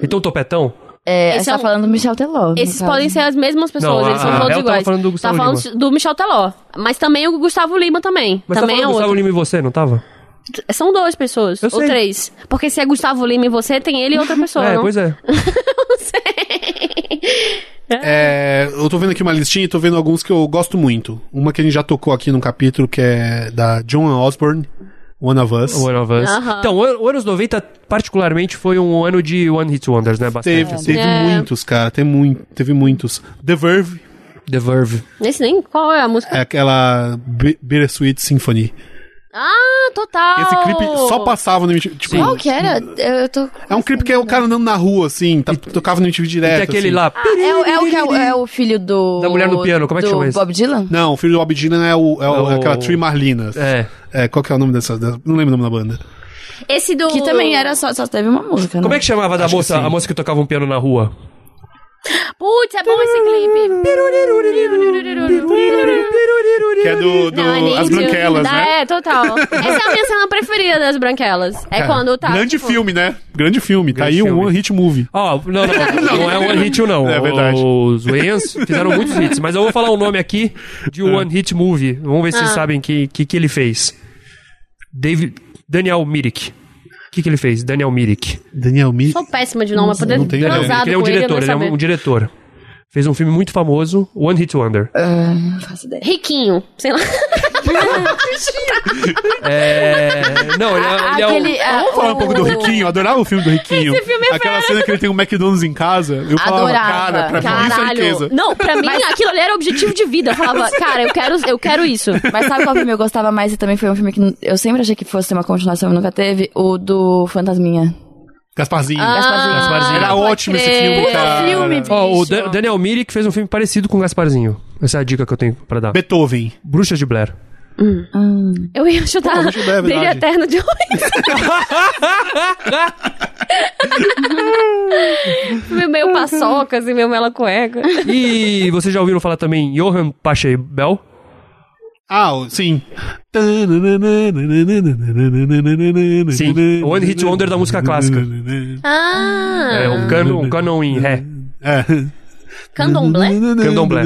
Então o Topetão? É, Esse você é tá um- falando do Michel Teló. Esses no podem caso. ser as mesmas pessoas, Ah. Não, eles a- são a todos Bel tava iguais. falando do Gustavo Tá falando do Michel Teló. Mas também o Gustavo Lima também. Mas também é tá falando do Gustavo outro. Lima e você, não tava? São duas pessoas. Eu ou sei. três. Porque se é Gustavo Lima e você, tem ele e outra pessoa, é, não? pois é. É, eu tô vendo aqui uma listinha e tô vendo alguns que eu gosto muito. Uma que a gente já tocou aqui num capítulo, que é da John Osborne, One of Us. O One of Us. Aham. Então, o an- o anos 90, particularmente, foi um ano de One Hit Wonders, né? Bastante. Teve, teve É. muitos, cara. Teve, muito, teve muitos. The Verve, The Verve. Nesse nem... Qual é a música? é aquela Bi- Bittersweet Symphony. Ah, total! Esse clipe só passava no MTV. Tipo, Qual que era? Eu, eu tô... é um clipe que é o cara andando na rua, assim, tá- tocava no MTV E direto. tem aquele assim. lá. Ah, é, o- é o que é, o- é o filho do... Da mulher no piano, como é que do chama isso? Bob Dylan? Não, o filho do Bob Dylan é, o, é, o- é aquela O- Tree Marlinas. É. É, qual que é o nome dessa? da- Não lembro o nome da banda. Esse do... Que também era só... Só teve uma música, né? Como é que chamava da Acho que moça, sim. a moça que tocava um piano na rua? Putz, é bom esse clipe. Que é do, do Não, é lindo. As Branquelas, né? É, total. Essa é a minha cena preferida das branquelas. É Cara, quando tá. Grande tipo, filme, né? Grande filme. tá aí Grande um filme. One Hit Movie. Ó, não, não, não, é One Hit, não. É verdade. Os Wayans fizeram muitos hits, mas eu vou falar o nome aqui de Ah. um One Hit Movie. Vamos ver se vocês Ah. sabem o que, que, que ele fez. David, Daniel Myrick. O que, que ele fez? Daniel Myrick. Daniel Mead. Sou péssima de nome, mas poder não tem ter ideia. transado Ele é um com ele, eu não diretor, ele é sabia. um diretor. Fez um filme muito famoso, One Hit Wonder. É. Ah, não faço ideia. Riquinho, sei lá. É... Não, ele é, ele é um- Aquele... ah, Vamos falar um o- pouco do Riquinho, eu adorava o filme do Riquinho. Esse filme é Aquela cena que ele tem um McDonald's em casa, eu falava, Adorava. cara, pra mim isso é riqueza. Caralho. Não, pra mim aquilo ali era objetivo de vida. Eu falava, cara, eu quero, eu quero isso. Mas sabe qual filme eu gostava mais e também foi um filme que n- eu sempre achei que fosse ter uma continuação e nunca teve? O do Fantasminha. Gasparzinho. Gasparzinho. Gasparzinho. Era Ah, pode ótimo esse filme, crer. cara. filme, bicho. Ó, o Dan- Daniel Myrick fez um filme parecido com o Gasparzinho. Essa é a dica que eu tenho pra dar. Beethoven. Bruxas de Blair. Eu ia chutar Pô, deixa eu ver, é dele verdade. eterno de hoje. Meu meio paçoca, assim, meio mela cueca. E vocês já ouviram falar também Johan Pachei Bell? Ah, o- sim. Sim, One Hit Wonder da música clássica. Ah! É um canon, um canon em ré. É. Uhum. Candomblé? Candomblé.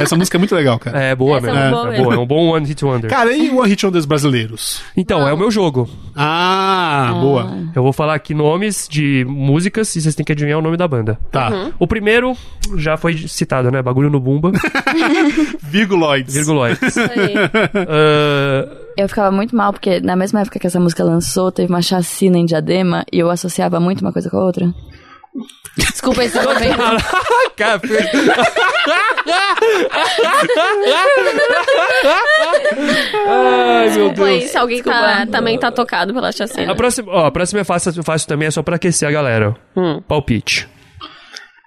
Essa múca é muito legal, cara. É boa Essa é mesmo. uma boa É, boa, é um bom One Hit Wonder. Cara, e One Hit Wonders brasileiros? Então, é o meu jogo. Ah, boa. Eu vou falar aqui nomes de músicas e vocês têm que adivinhar o nome da banda. Tá. Uhum. O primeiro já foi citado, né? Bagulho no Bumba, Virguloids. virguloides. Ah, Eu ficava muito mal, porque na mesma época que essa música lançou, teve uma chacina em Diadema e eu associava muito uma coisa com a outra. Desculpa esse momento. Caraca, Ai, meu Desculpa aí Deus. se alguém tá, também tá tocado pela chacina. A próxima, ó, a próxima é fácil, fácil também, é só pra aquecer a galera. Hum. Palpite.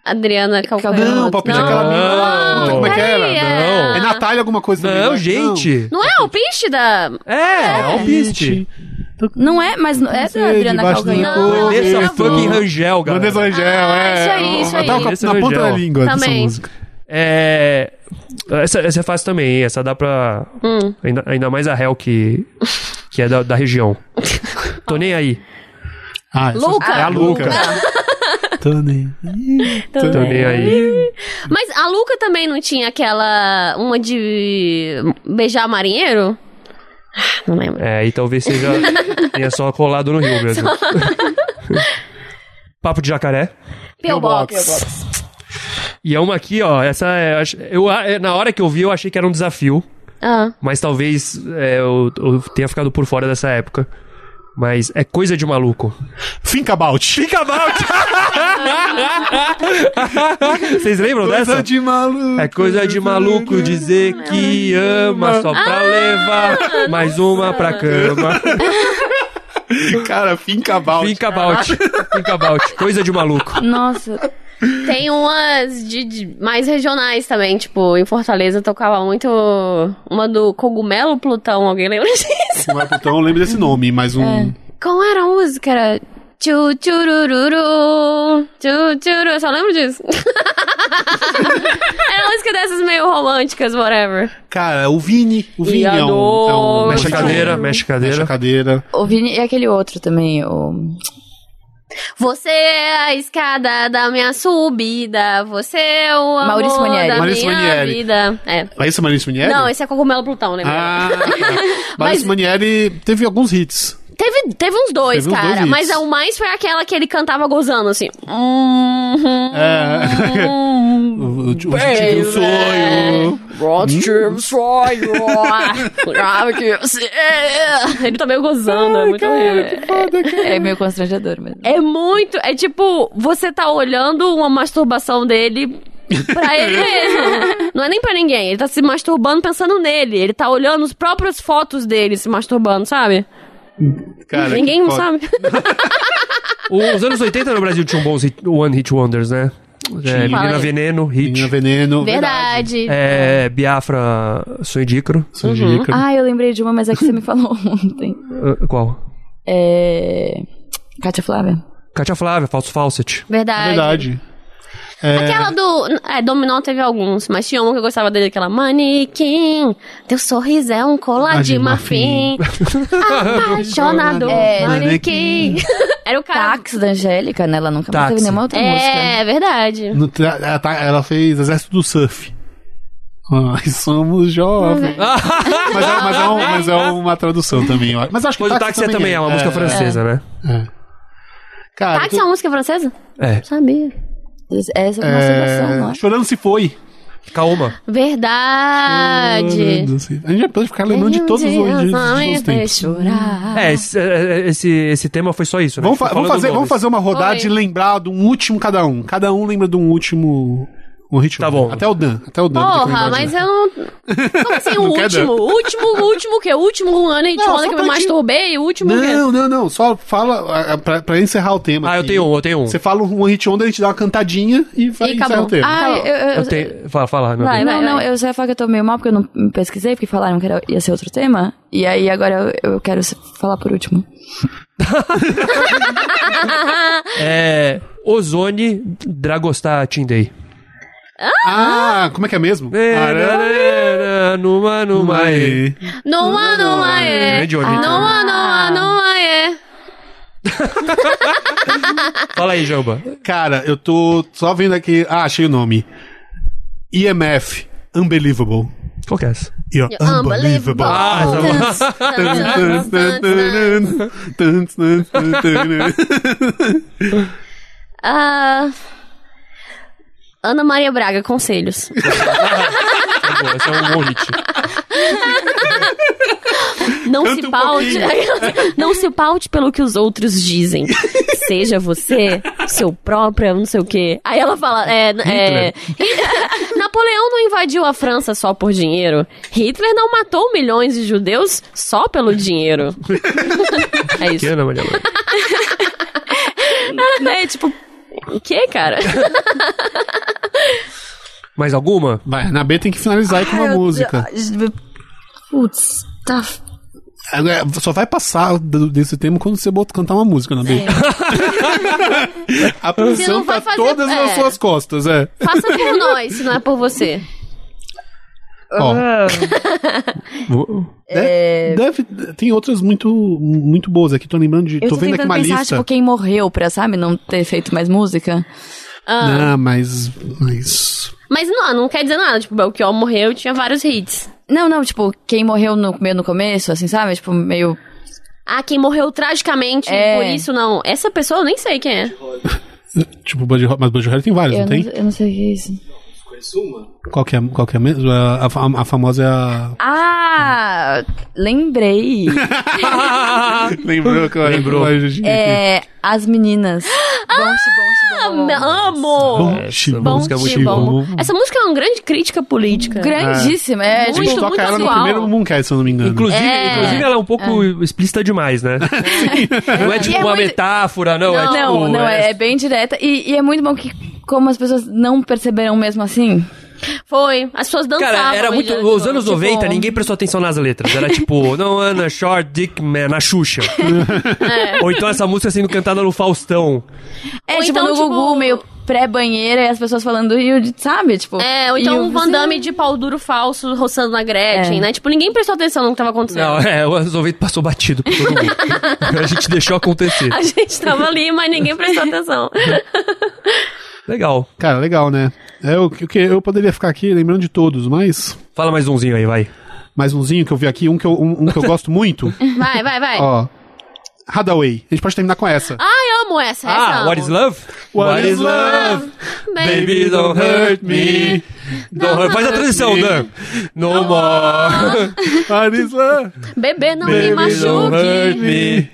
Adriana Calcanhoto. Não, palpite é aquela menina. Puta, Como é que era? peraí, Ah. Não. É Natália alguma coisa também, Não, né? gente. Não é o piche da... É, um palpite. Não é, mas não, é da Sei, Adriana debaixo do Calcanhoto. Não, cobertor. Vanessa não. fucking Rangel, galera. Vanessa Angel, é. Ah, isso aí, isso Eu aí. tava com a- Vanessa na ponta Angel. da língua dessa Também. música. É. Essa, essa é fácil também, essa dá pra. Ainda, ainda mais a Hel que, que é da, da região. Tô nem aí. Ah, essa- Luca. Tá É a Luca. Tô nem- Tô nem aí. Mas a Luca também não tinha aquela... Uma de... Beijar marinheiro? Ah, Não lembro. É, e talvez seja. tenha só colado no Rio mesmo. Papo de jacaré. P.O. Box. E é uma aqui, ó. Essa é. ach- Eu, é, na hora que eu vi, eu achei que era um desafio. Ah, Mas talvez é, eu, eu tenha ficado por fora dessa época. Mas é coisa de maluco. Think About. Think about! Vocês lembram dessa? de maluco. É coisa de maluco dizer que ama só pra levar mais uma pra cama. Cara, Think About. Think about. Think about. Coisa de maluco. Nossa, tem umas de, de mais regionais também, tipo, em Fortaleza tocava muito uma do Cogumelo Plutão, alguém lembra disso? Não é Plutão, eu lembro desse nome, mas um... Qual era a música? Era. Tchu, tchurururu, tchu, tchuru, eu só lembro disso. era uma música dessas meio românticas, whatever. Cara, o Vini. O Vini é um... É um Adoro. Mexe a cadeira, mexe a Mexe a cadeira. cadeira. o Vini e aquele outro também, o... Você é a escada da minha subida, você é o amor Maurício Manieri. da Maurício minha Manieri. vida. É. Ah, esse é Maurício Manieri? Não, esse é Cogumelo Plutão, né? Ah, tá. Maurício Mas- Manieri teve alguns hits. Teve, teve uns dois, Teve uns cara, dois mas é hits. o mais foi aquela que ele cantava gozando, assim. Uhum. É. Hum. O, o, o Tive um Sonho. Hum? Tive um sonho. Ah, Grave que você- Ele tá meio gozando, é muito horrível. É meio constrangedor mesmo. É muito. É tipo, você tá olhando uma masturbação dele pra ele mesmo. Não é nem pra ninguém. Ele tá se masturbando pensando nele. Ele tá olhando as próprias fotos dele se masturbando, sabe? Cara, ninguém que não foda. sabe. Os anos 80 no Brasil tinham bons hit- One Hit Wonders, né? É, Fala Menina aí. Veneno, Hit. Menina Veneno. Verdade. É, Biafra, Sonho de Ícaro. Sonho de Ícaro. Ah, eu lembrei de uma, mas é que você me falou ontem. Ah, Qual? É. Kátia Flávia. Katia Flávia, Falso Falset. Verdade. Verdade. Aquela do. É, Dominó teve alguns, mas tinha uma que eu gostava dele, aquela manequim. Teu sorriso é um colar de marfim. Apaixonado. É, manequim. Era o cara. Táxi da Angélica, né? Ela nunca mais Táxi. teve nenhuma outra música. É, verdade. No tra- ela, tá- ela fez Exército do Surf. Nós somos jovens. né? Mas é, mas é um- mas é uma tradução também, eu acho. Mas acho que Pois o Táxi é também é uma música francesa, né? Cara, Táxi é uma música francesa? É. Sabia. Essa é tu- uma observação, não é, é? Chorando se foi. Calma. Verdade. Chorando se- A gente já pode ficar lembrando de todos os, de, de todos os tempos. chorar. É, esse, é, esse, esse tema foi só isso, né? Vamos, fa- Ficou vamos falando fazer, nomes. vamos fazer uma rodada Oi. de lembrar de um último cada um. Cada um lembra de um último um ritmo. Tá bom. Até o Dan. Até o Dan. tem que lembrar Porra, de- mas eu não. Como assim, o Não quer último? O último, o último que? O último ano e Não, só Tijuana que eu me pra te- masturbei? O último que? Não, não, não. Só fala ah, ah, pra, pra encerrar o tema. Ah, eu aqui. tenho um, eu tenho um. Você fala um hit onda, a gente dá uma cantadinha e vai E encerrar acabou. o tema. Ah, eu, eu, Eu tenho... Fala, fala, meu Vai, Deus. não, não, eu só ia falar que eu tô meio mal porque eu não me pesquisei, porque falaram que era, ia ser outro tema. E aí agora eu, eu quero se- falar por último. É... Ozone, Dragostar, Tindei. Ah, como é que é mesmo? Erarara, Numa, numa, e. Mas... Não há, não há, é. Grande Ozone. Não há, não há, não há, é. Fala aí, Jamba. Cara, eu tô só vendo aqui. Ah, achei o nome. EMF. Unbelievable. Qual que é essa? You're unbelievable. Ah, tá bom. tá Ah, Ana Maria Braga, conselhos. Tá bom, Esse é um bom hit. Não Canta se um paute. não se paute pelo que os outros dizem. Seja você, seu próprio, não sei o quê. Aí ela fala, é, é, Napoleão não invadiu a França só por dinheiro. Hitler não matou milhões de judeus só pelo dinheiro. é Que isso. Ana Maria? Braga? É tipo, o que, cara? Mais alguma? Vai, na B tem que finalizar Ah, aí com uma Ai, eu- música. Putz, tá. Agora, Só vai passar do- desse tema quando você botar, cantar uma música na B. A É. Você pressão não vai tá fazer- todas nas é. suas costas, é. Faça por nós, se não é por você. Ó. É. Deve- deve- tem outras muito, muito boas aqui, tô lembrando de. Eu tô, tô vendo aqui tentando uma pensar, lista. tipo, quem morreu pra, sabe, não ter feito mais música. Ah. Não, mas. Mas. Mas não, não quer dizer nada. Tipo, Belchior morreu, tinha vários hits. Não, não, tipo, quem morreu no, meio no começo, assim, sabe? Tipo, meio. Ah, quem morreu tragicamente, É. por isso não. Essa pessoa eu nem sei quem é. Tipo, Buddy Holly. Mas Buddy Holly tem várias, Eu não não, tem? eu não sei o que é isso. Qual que é, qual que é mesmo? A, a fam- a famosa é a. Ah, lembrei. Ah, Lembrou que eu Lembrou. é. As meninas. Bom, bom, bom, bom. Amo! Bom, Essa bom, música é muito bom. boa. bom. Essa música é uma grande crítica política. Grandíssima, é, A gente Muito, tipo, toca muito ela no atual. primeiro Mooncast, se eu não me engano. Inclusive, É. inclusive ela é um pouco explícita demais, né? Não é tipo E é uma muito- metáfora, não. é Não, tipo, Não, não, é, é bem direta. E, e é muito bom que, como as pessoas não perceberam mesmo assim. Foi. As pessoas dançavam. Cara, era e muito. já- Os anos tipo- 90, ninguém prestou atenção nas letras. Era tipo, não, Ana, short, dick, man, na Xuxa. Ou então essa música sendo cantada no Faustão. É, Ou tipo, então, no tipo, Gugu, meio pré-banheira e as pessoas falando Rio de, sabe? Tipo, É, ou e então o um Van Damme de pau duro falso roçando na Gretchen, É. né? Tipo, ninguém prestou atenção no que tava acontecendo. Não, é, o resolvido passou batido por todo mundo. a gente deixou acontecer. A gente tava ali, mas ninguém prestou atenção. Legal. Cara, legal, né? É o que o que- eu poderia ficar aqui lembrando de todos, mas Fala mais umzinho aí, vai. mais umzinho que eu vi aqui, um que eu, um, um que eu gosto muito, Vai, vai, vai. ó. Hadaway. A gente pode terminar com essa. Ai, amo essa, essa ah, amo. What is Love? Ah, What is love? Baby, don't hurt me. Don't hurt. Faz a transição, Dan. No more. What is love? Bebê, não me Baby, don't hurt machuque. me.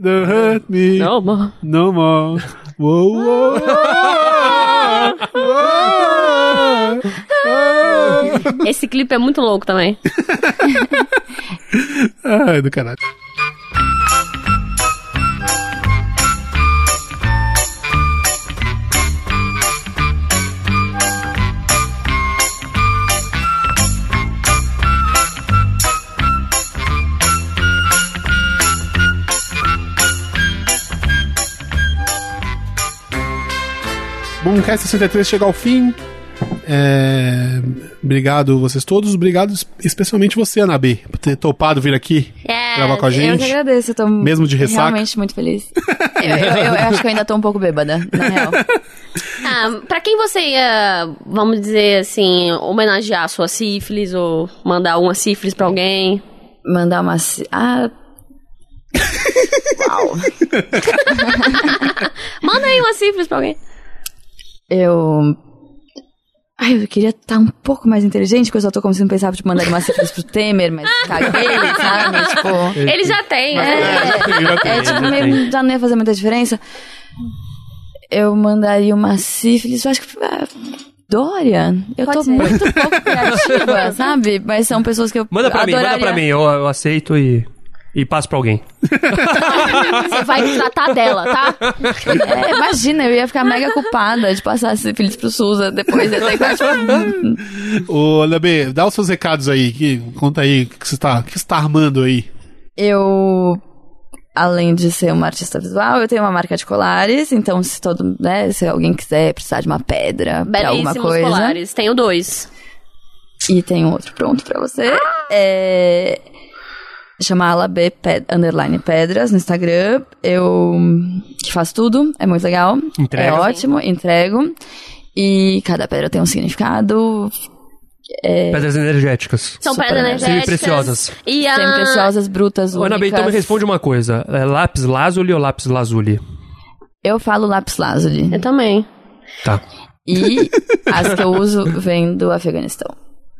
Don't hurt me. Não, amor. No more. Uou, uou, uou, uou. Esse clipe é muito louco também. Ai, Ah, é do caralho. Bom, o Cast 63 chega ao fim. É, Obrigado vocês todos. Obrigado es- especialmente você, Anabê, por ter topado vir aqui Yes, gravar com a Eu gente. que agradeço, eu tô Mesmo de ressaca? realmente muito feliz. eu, eu- eu acho que eu ainda tô um pouco bêbada, na real. Ah, pra quem você ia, vamos dizer assim, homenagear a sua sífilis ou mandar uma sífilis pra alguém? Mandar uma. ci- Ah, Manda aí uma sífilis pra alguém. eu. Ai, eu queria estar um pouco mais inteligente, porque eu só tô conseguindo pensar, tipo, mandar uma cifras pro Temer, mas caguei, sabe? Tipo. Ele já tem, né? É, é, tipo, meio, já não ia fazer muita diferença. Eu mandaria uma sífilis, eu acho que. ah, Dória, eu tô muito pouco criativa, sabe? Mas são pessoas que eu Manda pra mim, manda adoraria. pra mim. Eu, eu aceito e, e passo pra alguém. Você vai tratar dela, tá? É, imagina, eu ia ficar mega culpada de passar sífilis pro Suza depois. Eu ia ficar, tipo, hum, Ô, Anabê, dá os seus recados aí. que- conta aí o que que você tá, o que você tá armando aí. eu, além de ser uma artista visual, eu tenho uma marca de colares. Então, se todo, né, se alguém quiser precisar de uma pedra pra alguma Belíssimos coisa. colares. Tenho dois. E tem um outro pronto pra você. É. Chama Alab Ped- Underline Pedras no Instagram. Eu que faço tudo, é muito legal. Entrega. É ótimo, entrego. E cada pedra tem um significado. É. Pedras energéticas. São Super pedras energéticas. energéticas. Semi-preciosas. E a... Tem preciosas, brutas, Ô, únicas. Ana Bey, então me responde uma coisa. É lápis lazuli ou lápis lazuli? Eu falo lápis lazuli. Eu também. Tá. E as que eu uso vêm do Afeganistão.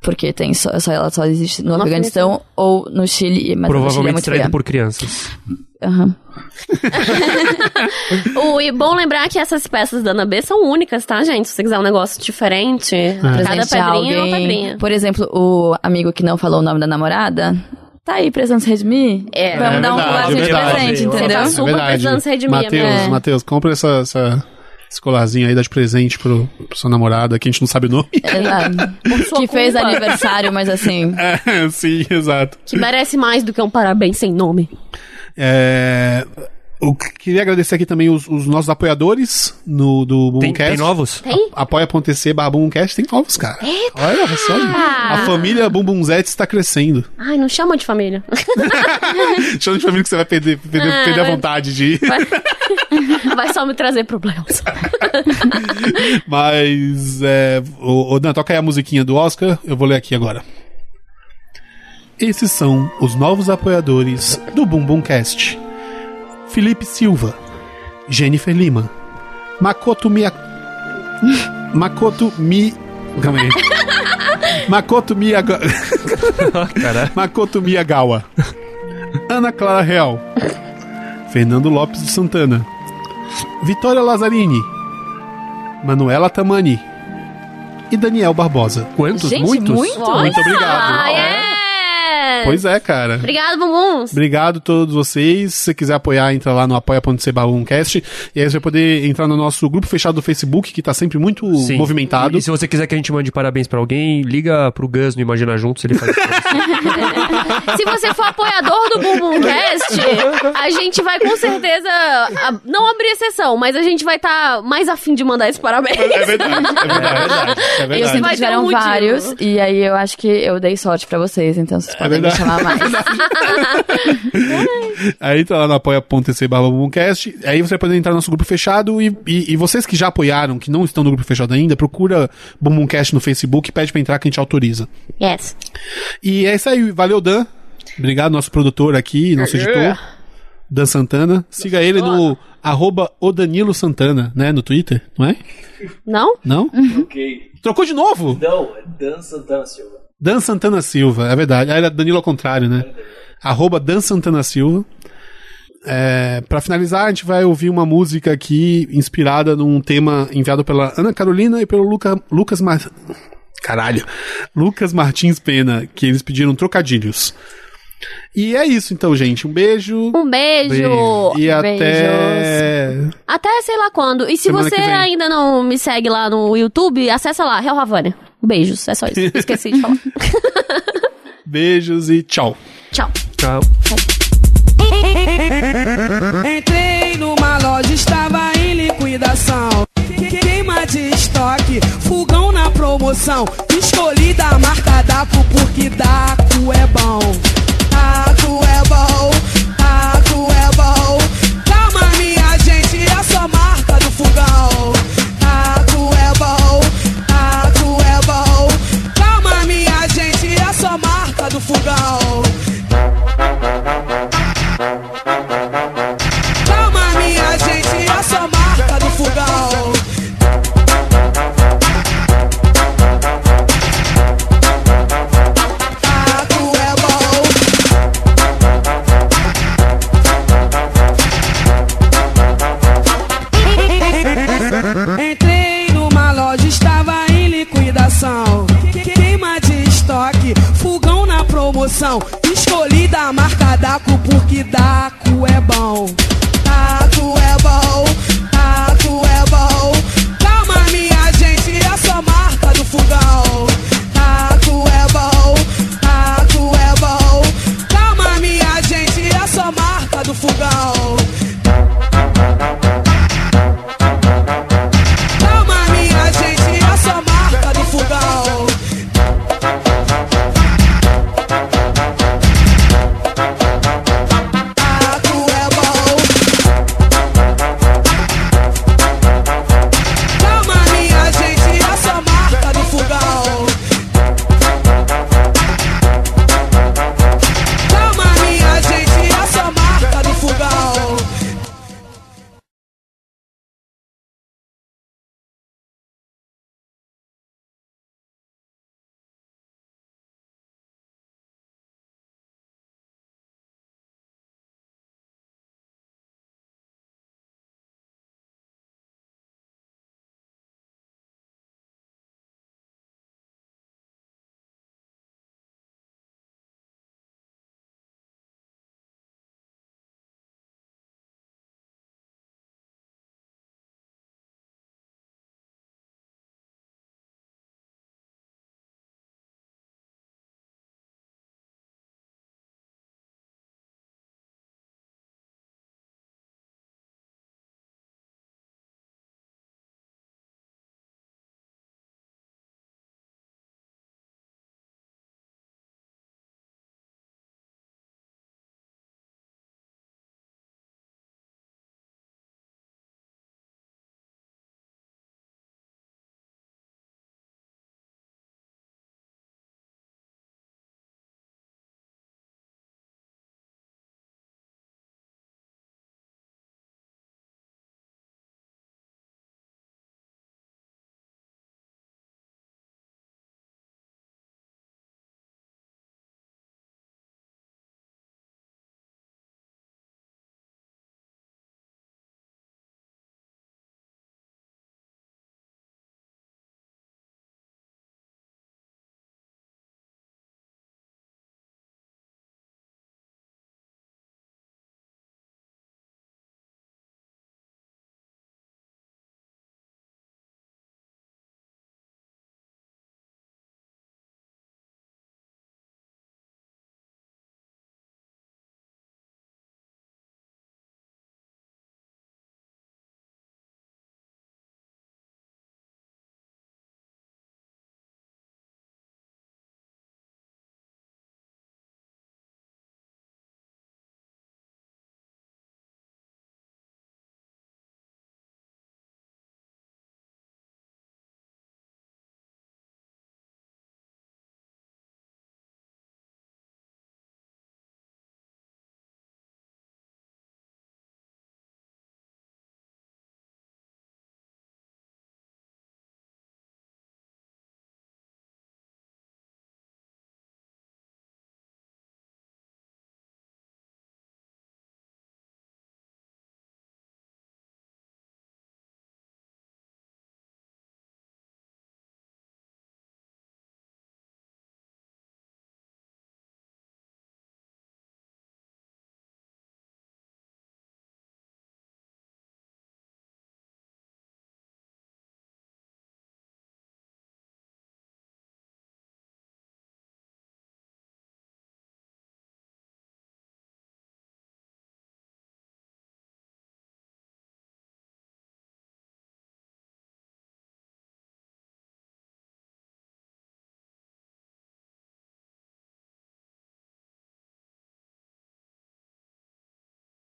Porque tem só, só- ela só existe no, Afeganistão, ou no Chile, mas no Chile é Provavelmente muito extraído fria. por crianças. Aham. O, e bom lembrar que essas peças da Ana B são únicas, tá, gente? Se você quiser um negócio diferente, cada presente a pedrinha é uma alguém. pedrinha. Por exemplo, o amigo que não falou o nome da namorada, tá aí precisando se redimir. É. Vamos É dar um verdade, colarzinho é de verdade. presente, Você entendeu? tá É super precisando se redimir, Matheus, né? Matheus, compra essa, essa, esse colarzinho aí, dá de presente pro, pro seu namorado, que a gente não sabe o nome. Exato. sua É Que fez culpa. aniversário, mas assim. É, Sim, exato. Que merece mais do que um parabéns sem nome. É, eu queria agradecer aqui também os, os nossos apoiadores no, do Tem, Boomcast. tem novos? Tem? Apoia.tc barra Bumbumcast, tem novos, cara. Olha só. A família Bumbumzete está crescendo. Ai, não chama de família. Chama de família que você vai perder, perder, Ah, perder a vai- vontade de ir. Vai só me trazer problemas. Mas, é, o, Dan, toca aí a musiquinha do Oscar, eu vou ler aqui agora. Esses são os novos apoiadores do Bumbumcast. Felipe Silva, Jennifer Lima, Makoto Mia... Makoto Mi... Calma aí. Makoto Miyaga... Caralho. Makoto Miyagawa. Ana Clara Real. Fernando Lopes de Santana. Vitória Lazzarini. Manuela Tamani. E Daniel Barbosa. Quantos? Gente, Muitos? muito? Muito obrigado. Ah, É. Pois é, cara. Obrigado, bumbuns. Obrigado a todos vocês. Se você quiser apoiar, entra lá no apoia.se barumcast. E aí você vai poder entrar no nosso grupo fechado do Facebook, que tá sempre muito Sim. movimentado. E se você quiser que a gente mande parabéns pra alguém, liga pro Gus no Imagina Juntos, ele faz isso. pra você. Se você for apoiador do Bumbumcast, a gente vai com certeza a- não abrir exceção, mas a gente vai estar mais afim de mandar esse parabéns. É verdade, é verdade. É Eu verdade. sempre- Vai ter tiveram um motivo. vários, e aí eu acho que eu dei sorte pra vocês, então vocês podem me verdade. chamar mais. Aí entra lá no apoia.se barra Bumbumcast. Aí você vai poder entrar no nosso grupo fechado. E, e- e vocês que já apoiaram, que não estão no grupo fechado ainda, procura Bumbumcast no Facebook e pede pra entrar que a gente autoriza. Yes. E é isso aí. Valeu, Dan. Obrigado, nosso produtor aqui, nosso editor. Dan Santana. Siga ele no arroba o Danilo Santana, né? No Twitter, não é? Não? Não? Ok. Trocou de novo? Não, é Dan Santana Silva. Dan Santana Silva, é verdade. Ah, era Danilo ao contrário, né? Arroba Dan Santana Silva. É, para finalizar, a gente vai ouvir uma música aqui inspirada num tema enviado pela Ana Carolina e pelo Luca, Lucas Mar... Caralho. Lucas Martins Pena, que eles pediram trocadilhos. E é isso então, gente. Um beijo. Um beijo. e beijos. até. Até sei lá quando. E se Semana você que vem. ainda não me segue lá no YouTube, acessa lá, Real Havana. Beijos, é só isso. Esqueci de falar. Beijos e tchau. Tchau. Tchau. Entrei numa loja, estava em liquidação. Que- Queima de estoque, fogão na promoção. Escolhi da marca Daco porque Daco é bom. Daco é bom, Daco é é é é é é é é é é é é